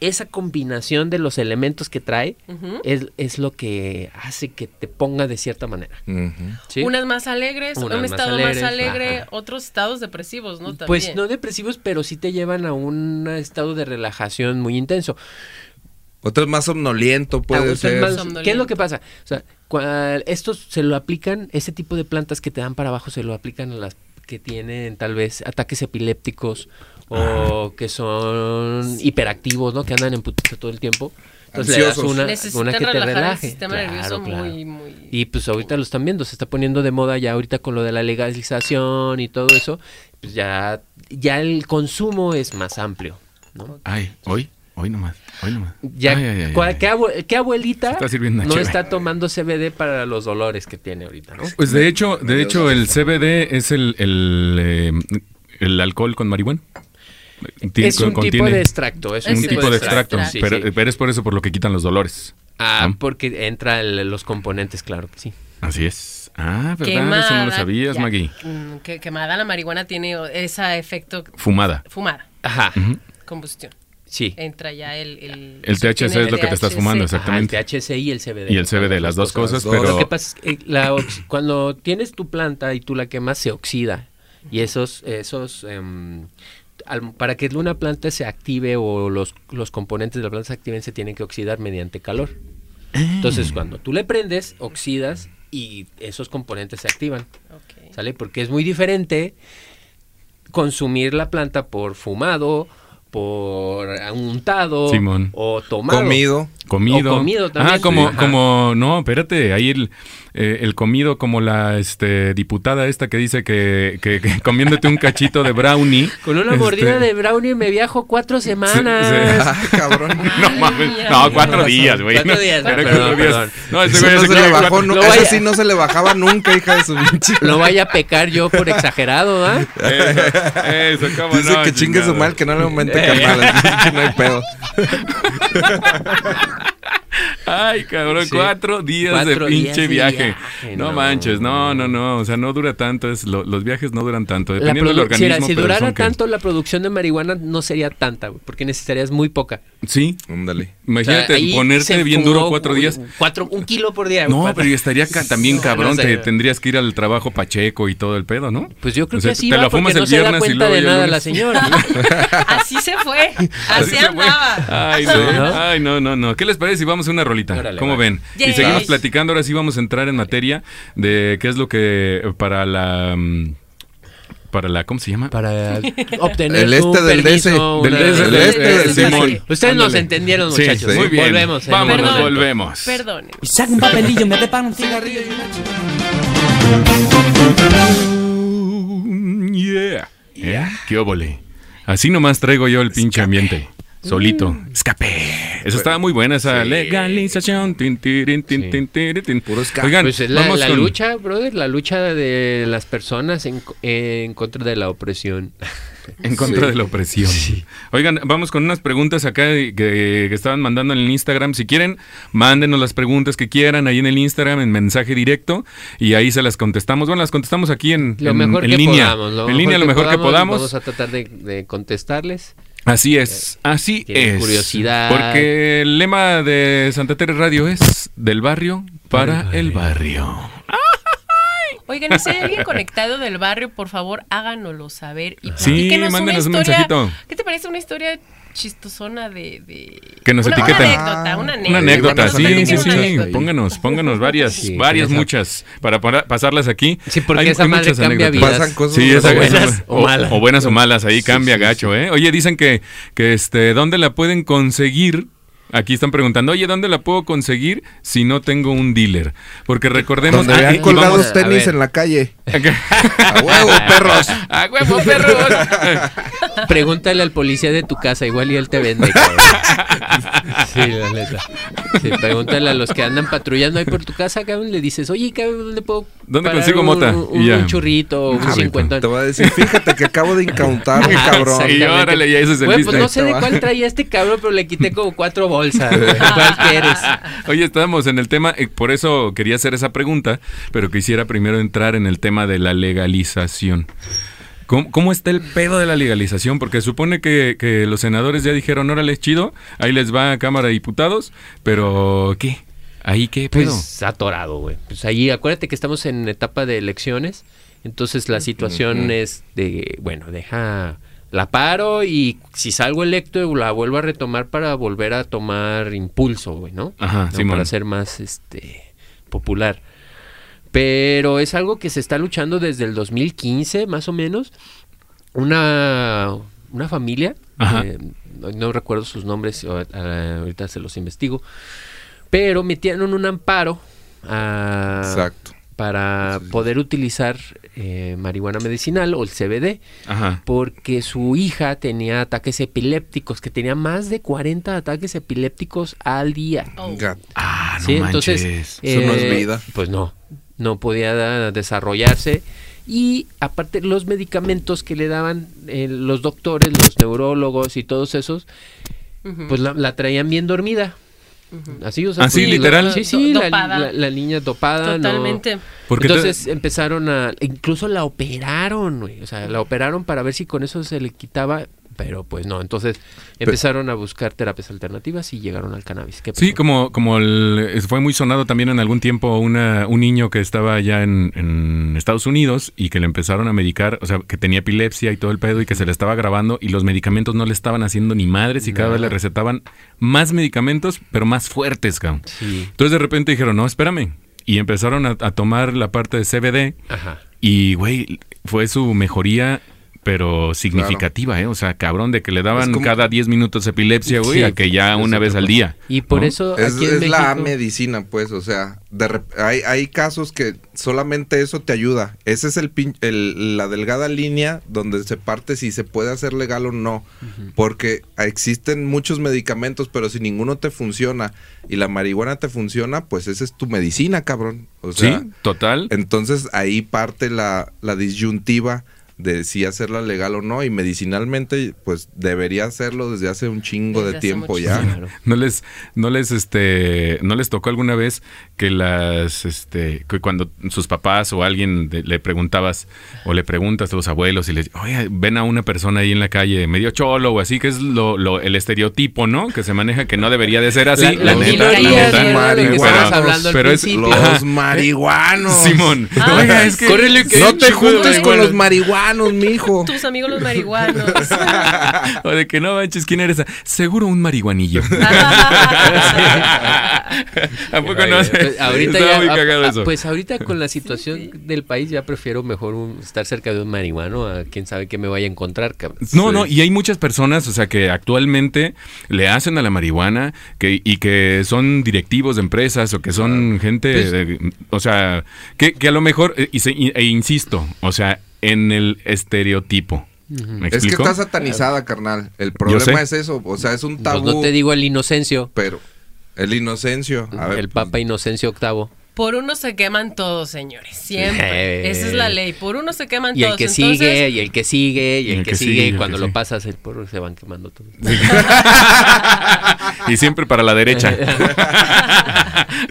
Speaker 3: esa combinación de los elementos que trae es, es lo que hace que te ponga de cierta manera.
Speaker 5: Ujú.
Speaker 3: ¿sí?
Speaker 4: Unas más alegres,
Speaker 3: Unas
Speaker 4: un
Speaker 3: más
Speaker 4: estado
Speaker 3: alegres,
Speaker 4: más alegre,
Speaker 3: ajá.
Speaker 4: otros estados depresivos, ¿no? También.
Speaker 3: Pues no depresivos, pero sí te llevan a un estado de relajación muy intenso.
Speaker 5: Otro es más somnoliento,
Speaker 3: A
Speaker 5: puede
Speaker 3: usted
Speaker 5: ser.
Speaker 3: más-
Speaker 4: Somnoliento.
Speaker 3: ¿Qué es lo que pasa? O sea, cual- estos se lo aplican, ese tipo de plantas que te dan para abajo se lo aplican a las que tienen tal vez ataques epilépticos o que son hiperactivos, ¿no? Que andan en putiza todo el tiempo. Entonces
Speaker 5: Ansiosos.
Speaker 3: le das
Speaker 4: Necesitan
Speaker 3: una, una que te
Speaker 4: relajar el
Speaker 3: relaje.
Speaker 4: sistema nervioso muy, muy...
Speaker 3: Y pues ahorita lo están viendo, se está poniendo de moda ya ahorita con lo de la legalización y todo eso, pues ya, ya el consumo es más amplio. ¿no?
Speaker 2: Ay, hoy, hoy nomás, hoy nomás.
Speaker 3: Ya,
Speaker 2: Ay, ay, ay,
Speaker 3: ¿cuál-
Speaker 2: ay.
Speaker 3: ¿qué, abue- qué abuelita
Speaker 2: Se está sirviendo una
Speaker 3: no
Speaker 2: cheve.
Speaker 3: está tomando CBD para los dolores que tiene ahorita? ¿no?
Speaker 2: Pues de hecho, de hecho el CBD es el el, eh, el alcohol con marihuana. Ti-
Speaker 3: es un tipo
Speaker 2: contiene-
Speaker 3: de extracto. Es
Speaker 2: un tipo de extracto,
Speaker 4: extracto.
Speaker 2: pero, eh,
Speaker 3: Sí, sí.
Speaker 2: pero es por eso por lo que quitan los dolores.
Speaker 3: Ah,
Speaker 2: ¿no?
Speaker 3: porque entra el- los componentes, claro que sí.
Speaker 2: Así es. Ah, ¿verdad?
Speaker 4: Quemada.
Speaker 2: Eso no lo sabías,
Speaker 4: ya.
Speaker 2: Maggie.
Speaker 4: Mm, que- quemada, la marihuana tiene o, ese efecto
Speaker 2: Fumada.
Speaker 4: fumada,
Speaker 3: Ajá,
Speaker 4: combustión.
Speaker 3: sí.
Speaker 4: Entra ya el... El,
Speaker 2: El THC es lo que te estás fumando, exacto.
Speaker 3: Ajá, el
Speaker 2: exactamente.
Speaker 3: THC y el CBD.
Speaker 2: Y el CBD, las dos
Speaker 5: Las
Speaker 2: cosas,
Speaker 5: dos.
Speaker 2: pero
Speaker 3: Lo que pasa es que eh, la ox- cuando tienes tu planta y tú la quemas, se oxida. Y esos, esos em, al- para que una planta se active o los, los componentes de la planta se activen, se tienen que oxidar mediante calor.
Speaker 2: Eh.
Speaker 3: Entonces, cuando tú le prendes, oxidas y esos componentes se activan.
Speaker 4: Ok.
Speaker 3: ¿Sale? Porque es muy diferente consumir la planta por fumado, por untado
Speaker 2: Simón.
Speaker 3: o tomado.
Speaker 5: Comido.
Speaker 2: Comido.
Speaker 3: O comido
Speaker 2: Ah,
Speaker 3: también.
Speaker 2: como,
Speaker 3: Ajá.
Speaker 2: como, no, espérate, ahí el, eh, el comido como la este, diputada esta que dice que, que- que comiéndote un cachito de brownie.
Speaker 3: Con una
Speaker 2: este,
Speaker 3: mordida de brownie me viajo cuatro semanas.
Speaker 2: se-
Speaker 5: Ah, cabrón.
Speaker 2: No mames, no, cuatro
Speaker 3: Razón.
Speaker 2: días, güey.
Speaker 3: Cuatro
Speaker 2: No,
Speaker 3: días,
Speaker 2: era
Speaker 3: perdón,
Speaker 2: cuatro días.
Speaker 3: perdón.
Speaker 2: No, este
Speaker 5: Eso
Speaker 2: güey
Speaker 5: no
Speaker 2: se
Speaker 5: se le
Speaker 2: comió
Speaker 5: bajó
Speaker 2: cuatro-
Speaker 5: nunca.
Speaker 3: Lo vaya-
Speaker 5: Eso sí no se le bajaba nunca, hija de su pinche.
Speaker 3: No vaya a pecar yo por exagerado, ¿ah?
Speaker 2: Eso, eso, cómo
Speaker 5: Dice
Speaker 2: no,
Speaker 5: que chingue su
Speaker 2: chingado.
Speaker 5: mal, que no le aumente carnal. Dice que no hay pedo.
Speaker 2: Ay, cabrón,
Speaker 3: Sí.
Speaker 2: cuatro días
Speaker 3: Cuatro
Speaker 2: de
Speaker 3: días
Speaker 2: pinche
Speaker 3: de
Speaker 2: viaje.
Speaker 3: viaje,
Speaker 2: No,
Speaker 3: no.
Speaker 2: manches, no, no, no. O sea, no dura tanto. Es lo- los viajes no duran tanto. Dependiendo del
Speaker 3: produ- si, era-
Speaker 2: organismo.
Speaker 3: si
Speaker 2: pero
Speaker 3: durara
Speaker 2: son que-
Speaker 3: tanto, la producción de marihuana no sería tanta, güey, porque necesitarías muy poca.
Speaker 2: Sí.
Speaker 5: Ándale.
Speaker 3: O sea,
Speaker 2: Imagínate
Speaker 3: ahí
Speaker 2: ponerte
Speaker 3: se
Speaker 2: bien
Speaker 3: fumó
Speaker 2: duro cuatro
Speaker 3: un-
Speaker 2: días.
Speaker 3: Cuatro, un kilo por día. güey,
Speaker 2: No,
Speaker 3: cuatro.
Speaker 2: pero estaría ca- también
Speaker 3: No,
Speaker 2: cabrón.
Speaker 3: no
Speaker 2: te
Speaker 3: sé.
Speaker 2: tendrías que ir al trabajo pacheco y todo el pedo, ¿no?
Speaker 3: Pues yo creo
Speaker 2: O sea,
Speaker 3: que así
Speaker 2: te
Speaker 3: va,
Speaker 2: la
Speaker 3: porque
Speaker 2: fumas
Speaker 3: no
Speaker 2: el
Speaker 3: se da
Speaker 2: viernes y
Speaker 3: cuenta
Speaker 2: luego ya
Speaker 3: de
Speaker 2: el
Speaker 3: nada
Speaker 2: lunes.
Speaker 3: la señora.
Speaker 4: Así se fue, así,
Speaker 2: se fue.
Speaker 4: andaba.
Speaker 2: Ay, no.
Speaker 3: ¿No?
Speaker 2: Ay, no, no, no. ¿Qué les parece si vamos a una rolita?
Speaker 3: Órale,
Speaker 2: ¿Cómo
Speaker 3: va.
Speaker 2: ven? Y
Speaker 4: Yay.
Speaker 2: seguimos
Speaker 4: Va.
Speaker 2: platicando. Ahora sí vamos a entrar en materia de qué es lo que eh, para la. mm, Para la. ¿Cómo se llama?
Speaker 3: Para obtener
Speaker 5: El
Speaker 3: tu
Speaker 5: este del
Speaker 3: permiso,
Speaker 5: DC,
Speaker 3: una-
Speaker 2: del
Speaker 5: este,
Speaker 2: del
Speaker 5: el este del
Speaker 2: Simón.
Speaker 5: Ándale.
Speaker 3: Ustedes nos entendieron,
Speaker 2: Sí,
Speaker 3: muchachos. ¿eh?
Speaker 2: sí. Muy bien.
Speaker 3: Volvemos. en un
Speaker 2: Vámonos,
Speaker 3: momento.
Speaker 2: volvemos.
Speaker 4: Perdón.
Speaker 6: Y saca un papelillo, me prepara un cigarrillo y una
Speaker 2: Mm, Yeah. ¿Eh? ¿Qué óvole? Así nomás traigo yo el pinche ambiente. Solito.
Speaker 3: Mm.
Speaker 2: Escapé. Esa estaba muy buena, esa legalización. Tin, tirin, tin,
Speaker 3: Sí.
Speaker 2: tin, tirin, tin.
Speaker 5: Puro ska.
Speaker 2: Oigan,
Speaker 3: Pues es la,
Speaker 2: vamos
Speaker 3: la
Speaker 2: con-
Speaker 3: lucha, brother, la lucha de las personas en, co- eh, en contra de la opresión.
Speaker 2: En contra
Speaker 5: Sí.
Speaker 2: de la opresión. Oigan, vamos con unas preguntas acá de- que, que estaban mandando en el Instagram. Si quieren, mándenos las preguntas que quieran ahí en el Instagram, en mensaje directo, y ahí se las contestamos. Bueno, las contestamos aquí en,
Speaker 3: Lo
Speaker 2: en-
Speaker 3: mejor
Speaker 2: en
Speaker 3: que
Speaker 2: línea.
Speaker 3: podamos.
Speaker 2: en línea, lo mejor que podamos.
Speaker 3: Vamos a tratar de, de contestarles.
Speaker 2: Así es, así
Speaker 3: tienen
Speaker 2: es.
Speaker 3: Eh, curiosidad.
Speaker 2: Porque el lema de Santa Teresa Radio es del barrio para el barrio.
Speaker 4: Oigan, ¿y si hay alguien conectado del barrio, por favor, háganoslo saber. Y
Speaker 2: Sí,
Speaker 4: platíquenos
Speaker 2: mándenos un
Speaker 4: historia-
Speaker 2: mensajito.
Speaker 4: ¿Qué te parece una historia chistosona de... de-
Speaker 2: Que nos
Speaker 4: una,
Speaker 2: etiqueten.
Speaker 4: Una anécdota, una anécdota.
Speaker 2: Una anécdota,
Speaker 5: Díganos,
Speaker 2: sí, sí,
Speaker 4: Platiquen
Speaker 2: sí.
Speaker 4: una anécdota.
Speaker 2: Pónganos, pónganos varias,
Speaker 3: Sí,
Speaker 2: varias,
Speaker 3: sí, esa-
Speaker 2: muchas, para para pasarlas aquí.
Speaker 3: Sí, porque
Speaker 2: Hay-
Speaker 3: esa
Speaker 2: hay
Speaker 3: madre
Speaker 2: muchas
Speaker 3: cambia
Speaker 2: anécdotas.
Speaker 3: vidas.
Speaker 5: Pasan cosas
Speaker 2: Sí,
Speaker 5: muy
Speaker 2: esa,
Speaker 3: buenas
Speaker 2: esa-
Speaker 3: o malas.
Speaker 2: O buenas o malas, ahí
Speaker 3: Sí,
Speaker 2: cambia
Speaker 3: sí,
Speaker 2: gacho, ¿eh? Oye, dicen que, que este, ¿dónde la pueden conseguir? Aquí están preguntando, oye, ¿dónde la puedo conseguir si no tengo un dealer? Porque recordemos...
Speaker 5: Donde
Speaker 2: Ah, y-
Speaker 5: vean
Speaker 2: y
Speaker 5: colgados
Speaker 2: vamos-
Speaker 3: a
Speaker 5: tenis
Speaker 3: ver.
Speaker 5: en la calle. A huevo, perros.
Speaker 2: ¡A huevo, perros!
Speaker 3: Pregúntale al policía de tu casa, igual y él te vende. cabrón. sí, la neta. Sí, pregúntale a los que andan patrullando ahí por tu casa, cabrón, le dices, oye, cabrón, ¿dónde puedo
Speaker 2: ¿Dónde
Speaker 3: parar
Speaker 2: consigo
Speaker 3: un-
Speaker 2: mota?
Speaker 3: Un,
Speaker 2: Y ya. Ah, pues,
Speaker 3: un churrito, un
Speaker 2: Churrito.
Speaker 3: cincuentón.
Speaker 5: Te voy a decir, fíjate que acabo de incautar un
Speaker 3: Ajá,
Speaker 5: cabrón.
Speaker 2: sí.
Speaker 3: exactamente.
Speaker 2: órale, ya ese es el
Speaker 3: Güey,
Speaker 2: business.
Speaker 3: pues no sé de
Speaker 5: Ahí te va.
Speaker 3: cuál traía este cabrón, pero le quité como cuatro bolsas. güey. ¿Cuál quieres?
Speaker 2: Oye, estábamos en el tema, eh, por eso quería hacer esa pregunta, pero quisiera primero entrar en el tema de la legalización. ¿Cómo, cómo está el pedo de la legalización? Porque supone que, que los senadores ya dijeron, órale, chido, ahí les va a Cámara de Diputados, pero ¿qué? ¿Ahí qué pedo?
Speaker 3: Pues atorado, güey. Pues ahí, acuérdate que estamos en etapa de elecciones. Entonces la situación es de, bueno, deja, la paro y si salgo electo la vuelvo a retomar para volver a tomar impulso, güey, ¿no?
Speaker 2: Ajá,
Speaker 3: ¿no?
Speaker 2: Simón.
Speaker 3: Para ser más este popular. Pero es algo que se está luchando desde el 2015, más o menos. Una, una familia,
Speaker 2: Ajá.
Speaker 3: eh, no, no recuerdo sus nombres, o- a- ahorita se los investigo, pero metieron un amparo a-
Speaker 5: Exacto.
Speaker 3: para poder utilizar eh, marihuana medicinal o el CBD
Speaker 2: Ajá.
Speaker 3: porque su hija tenía ataques epilépticos, que tenía más de 40 ataques epilépticos al día.
Speaker 4: Oh.
Speaker 5: Gato.
Speaker 2: Ah, no
Speaker 3: sí,
Speaker 2: manches.
Speaker 3: entonces eh,
Speaker 5: Eso no es vida.
Speaker 3: Pues no, no podía da- desarrollarse y aparte los medicamentos que le daban eh, los doctores, los neurólogos y todos esos,
Speaker 2: Oh,
Speaker 4: Ujú.
Speaker 3: pues la, la traían bien dormida. Así, o sea,
Speaker 2: Así,
Speaker 3: pues, la-
Speaker 2: literal.
Speaker 3: sí, sí,
Speaker 4: Do-
Speaker 3: la,
Speaker 4: dopada.
Speaker 3: la- la niña dopada. no-
Speaker 4: Totalmente.
Speaker 2: Porque te-
Speaker 3: entonces empezaron a. Incluso la operaron, güey. O sea, la operaron para ver si con eso se le quitaba. Pero pues no. Entonces empezaron a buscar terapias alternativas y llegaron al cannabis. ¿Qué
Speaker 2: Sí,
Speaker 3: pasó?
Speaker 2: como, como el- es- fue muy sonado también en algún tiempo una, un niño que estaba allá en, en Estados Unidos y que le empezaron a medicar, o sea, que tenía epilepsia y todo el pedo y que se le estaba grabando y los medicamentos no le estaban haciendo ni madres y cada vez le recetaban más medicamentos, pero más fuertes, cabrón.
Speaker 3: Sí.
Speaker 2: Entonces de repente dijeron, no, espérame. Y empezaron a, a tomar la parte de CBD
Speaker 3: Ajá.
Speaker 2: y, güey, fue su mejoría pero significativa, ¿eh? O sea, cabrón, de que le daban
Speaker 5: Es como-
Speaker 2: cada 10 minutos epilepsia, güey,
Speaker 3: Sí,
Speaker 2: a que ya una vez al día.
Speaker 3: Y por
Speaker 2: ¿no?
Speaker 3: eso
Speaker 5: Es,
Speaker 3: aquí en
Speaker 5: es la
Speaker 3: México-
Speaker 5: medicina, pues, o sea, de rep- hay, hay casos que solamente eso te ayuda. Ese es el, pin- el- la delgada línea donde se parte si se puede hacer legal o no. Porque existen muchos medicamentos, pero si ninguno te funciona y la marihuana te funciona, pues esa es tu medicina, cabrón. O sea,
Speaker 2: sí, total.
Speaker 5: entonces ahí parte la, la disyuntiva de si hacerla legal o no. Y medicinalmente, pues debería hacerlo desde hace un chingo
Speaker 4: Desde
Speaker 5: de
Speaker 4: hace
Speaker 5: tiempo
Speaker 4: mucho
Speaker 5: ya.
Speaker 3: Claro.
Speaker 2: No les, no les, este, no les tocó alguna vez que las, este, que cuando sus papás o alguien de- le preguntabas o le preguntas a los abuelos y les, oye, ven a una persona ahí en la calle medio cholo o así, que es lo, lo- el estereotipo, ¿no? Que se maneja que no debería de ser así, la,
Speaker 3: La- los
Speaker 2: neta, la
Speaker 3: millennials,
Speaker 2: neta.
Speaker 3: ¿no? De lo que
Speaker 2: Pero-
Speaker 3: estabas hablando al
Speaker 2: pero es-
Speaker 3: principio.
Speaker 5: Los
Speaker 2: Ajá.
Speaker 5: marihuanos.
Speaker 2: Simón.
Speaker 4: Ah.
Speaker 2: Oiga, es que-
Speaker 3: Córrele que hay
Speaker 5: no
Speaker 3: un
Speaker 5: te
Speaker 3: chingo de
Speaker 5: juntes con
Speaker 3: marihuanos.
Speaker 5: los marihuanos, mijo.
Speaker 4: Tus amigos los marihuanos.
Speaker 2: o de que no manches, ¿quién eres? Seguro un marihuanillo. ¿A poco no?
Speaker 3: Pues, ahorita
Speaker 2: Estaba
Speaker 3: ya-
Speaker 2: muy
Speaker 3: ah,
Speaker 2: cagado
Speaker 3: ah,
Speaker 2: eso.
Speaker 3: Pues ahorita con la situación del país ya prefiero mejor un- estar cerca de un marihuano a quién sabe qué me vaya a encontrar, cabrón. Pues,
Speaker 2: No, no, y hay muchas personas, o sea, que actualmente le hacen a la marihuana que, y que son directivos de empresas o que son gente,
Speaker 3: Pues-
Speaker 2: de- o sea, que, que a lo mejor, eh, y se- y- e insisto, o sea, en el estereotipo. ¿Me
Speaker 5: Es que
Speaker 2: explico?
Speaker 5: está satanizada, carnal. El problema
Speaker 2: sé.
Speaker 5: es eso. O sea, es un
Speaker 3: Pues
Speaker 5: tabú.
Speaker 3: no te digo el Inocencio,
Speaker 5: Pero el inocencio. A ver,
Speaker 3: el
Speaker 2: pues,
Speaker 3: Papa Inocencio VIII.
Speaker 4: Por uno se queman todos, señores. Siempre.
Speaker 3: Eh.
Speaker 4: Esa es la ley. Por uno se queman
Speaker 3: Y
Speaker 4: todos.
Speaker 3: el que
Speaker 4: Entonces,
Speaker 3: sigue, y el que sigue, y el que sigue,
Speaker 2: y
Speaker 3: y
Speaker 2: el
Speaker 3: cuando
Speaker 2: que
Speaker 3: lo
Speaker 2: sigue.
Speaker 3: pasas el porro se van quemando todos.
Speaker 2: Y siempre para la derecha.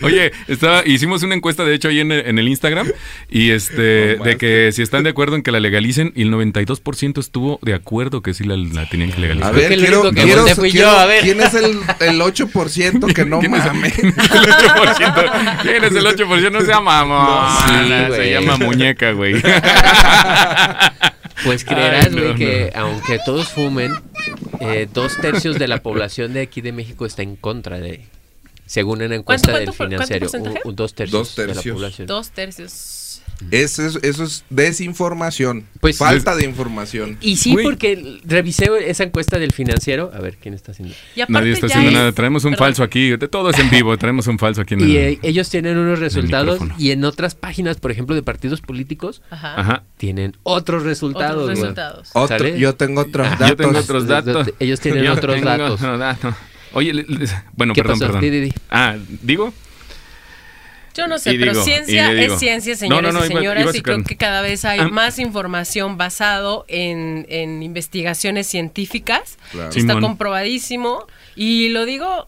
Speaker 2: Oye, estaba, hicimos una encuesta, de hecho, ahí en el, en el Instagram, y este, de que si están de acuerdo en que la legalicen, y el 92% estuvo de acuerdo que sí la, la tenían que legalizar.
Speaker 5: a
Speaker 3: creo
Speaker 5: ver,
Speaker 3: que el
Speaker 5: quiero,
Speaker 3: único que
Speaker 5: quiero,
Speaker 3: voté fui yo,
Speaker 5: quiero-
Speaker 3: a ver.
Speaker 5: ¿Quién es el, el 8% que no
Speaker 2: ¿Quién es el-
Speaker 5: mames?
Speaker 2: El 8%. ¿Quién es el 8%? No se llama
Speaker 3: No, sí,
Speaker 2: se
Speaker 3: güey.
Speaker 2: llama muñeca, güey.
Speaker 3: Pues creerás,
Speaker 2: Ay, no,
Speaker 3: güey,
Speaker 2: no.
Speaker 3: que aunque todos fumen, eh, dos tercios de la población de aquí de México está en contra de. Según una encuesta
Speaker 4: ¿Cuánto- cuánto
Speaker 3: del
Speaker 4: por- cuánto
Speaker 3: financiero, un,
Speaker 4: porcentaje?
Speaker 3: un dos, tercios
Speaker 5: Dos
Speaker 3: de la
Speaker 5: tercios.
Speaker 3: población.
Speaker 4: Dos tercios.
Speaker 5: Eso es, eso es desinformación.
Speaker 3: Pues-
Speaker 5: Falta de información.
Speaker 3: Y sí,
Speaker 2: Güey.
Speaker 3: porque revisé esa encuesta del financiero. A ver, ¿quién está haciendo?
Speaker 4: Y aparte
Speaker 2: Nadie está
Speaker 4: ya
Speaker 2: haciendo
Speaker 4: es-
Speaker 2: nada. Traemos un
Speaker 4: Perdón.
Speaker 2: falso aquí. De todo es en vivo. Traemos un falso aquí en
Speaker 3: Y
Speaker 2: el-
Speaker 3: eh, ellos tienen unos resultados
Speaker 2: micrófono.
Speaker 3: y en otras páginas, por ejemplo, de partidos políticos,
Speaker 4: Ajá.
Speaker 2: Ajá.
Speaker 3: tienen otros
Speaker 4: Otros
Speaker 3: resultados. güey.
Speaker 4: resultados.
Speaker 5: Otro-
Speaker 3: ¿Sale?
Speaker 5: yo tengo otros datos.
Speaker 2: Ah, Yo tengo otros datos.
Speaker 3: Ellos tienen
Speaker 2: Yo
Speaker 3: otros
Speaker 2: tengo
Speaker 3: datos.
Speaker 2: otro dato. Oye, le- le- bueno,
Speaker 3: ¿Qué
Speaker 2: perdón,
Speaker 3: pasó?
Speaker 2: perdón.
Speaker 3: Di, di, di.
Speaker 2: Ah, ¿digo?
Speaker 4: Yo no sé,
Speaker 2: Y
Speaker 4: pero
Speaker 2: digo,
Speaker 4: ciencia
Speaker 2: y le digo.
Speaker 4: es ciencia,
Speaker 2: No,
Speaker 4: señores
Speaker 2: no, no,
Speaker 4: y
Speaker 2: iba-
Speaker 4: señoras,
Speaker 2: iba a
Speaker 4: y creo
Speaker 2: sacar-
Speaker 4: que cada vez hay
Speaker 2: Ah.
Speaker 4: más información basado en, en investigaciones científicas.
Speaker 5: Claro.
Speaker 4: Está
Speaker 2: Simón.
Speaker 4: comprobadísimo. Y lo digo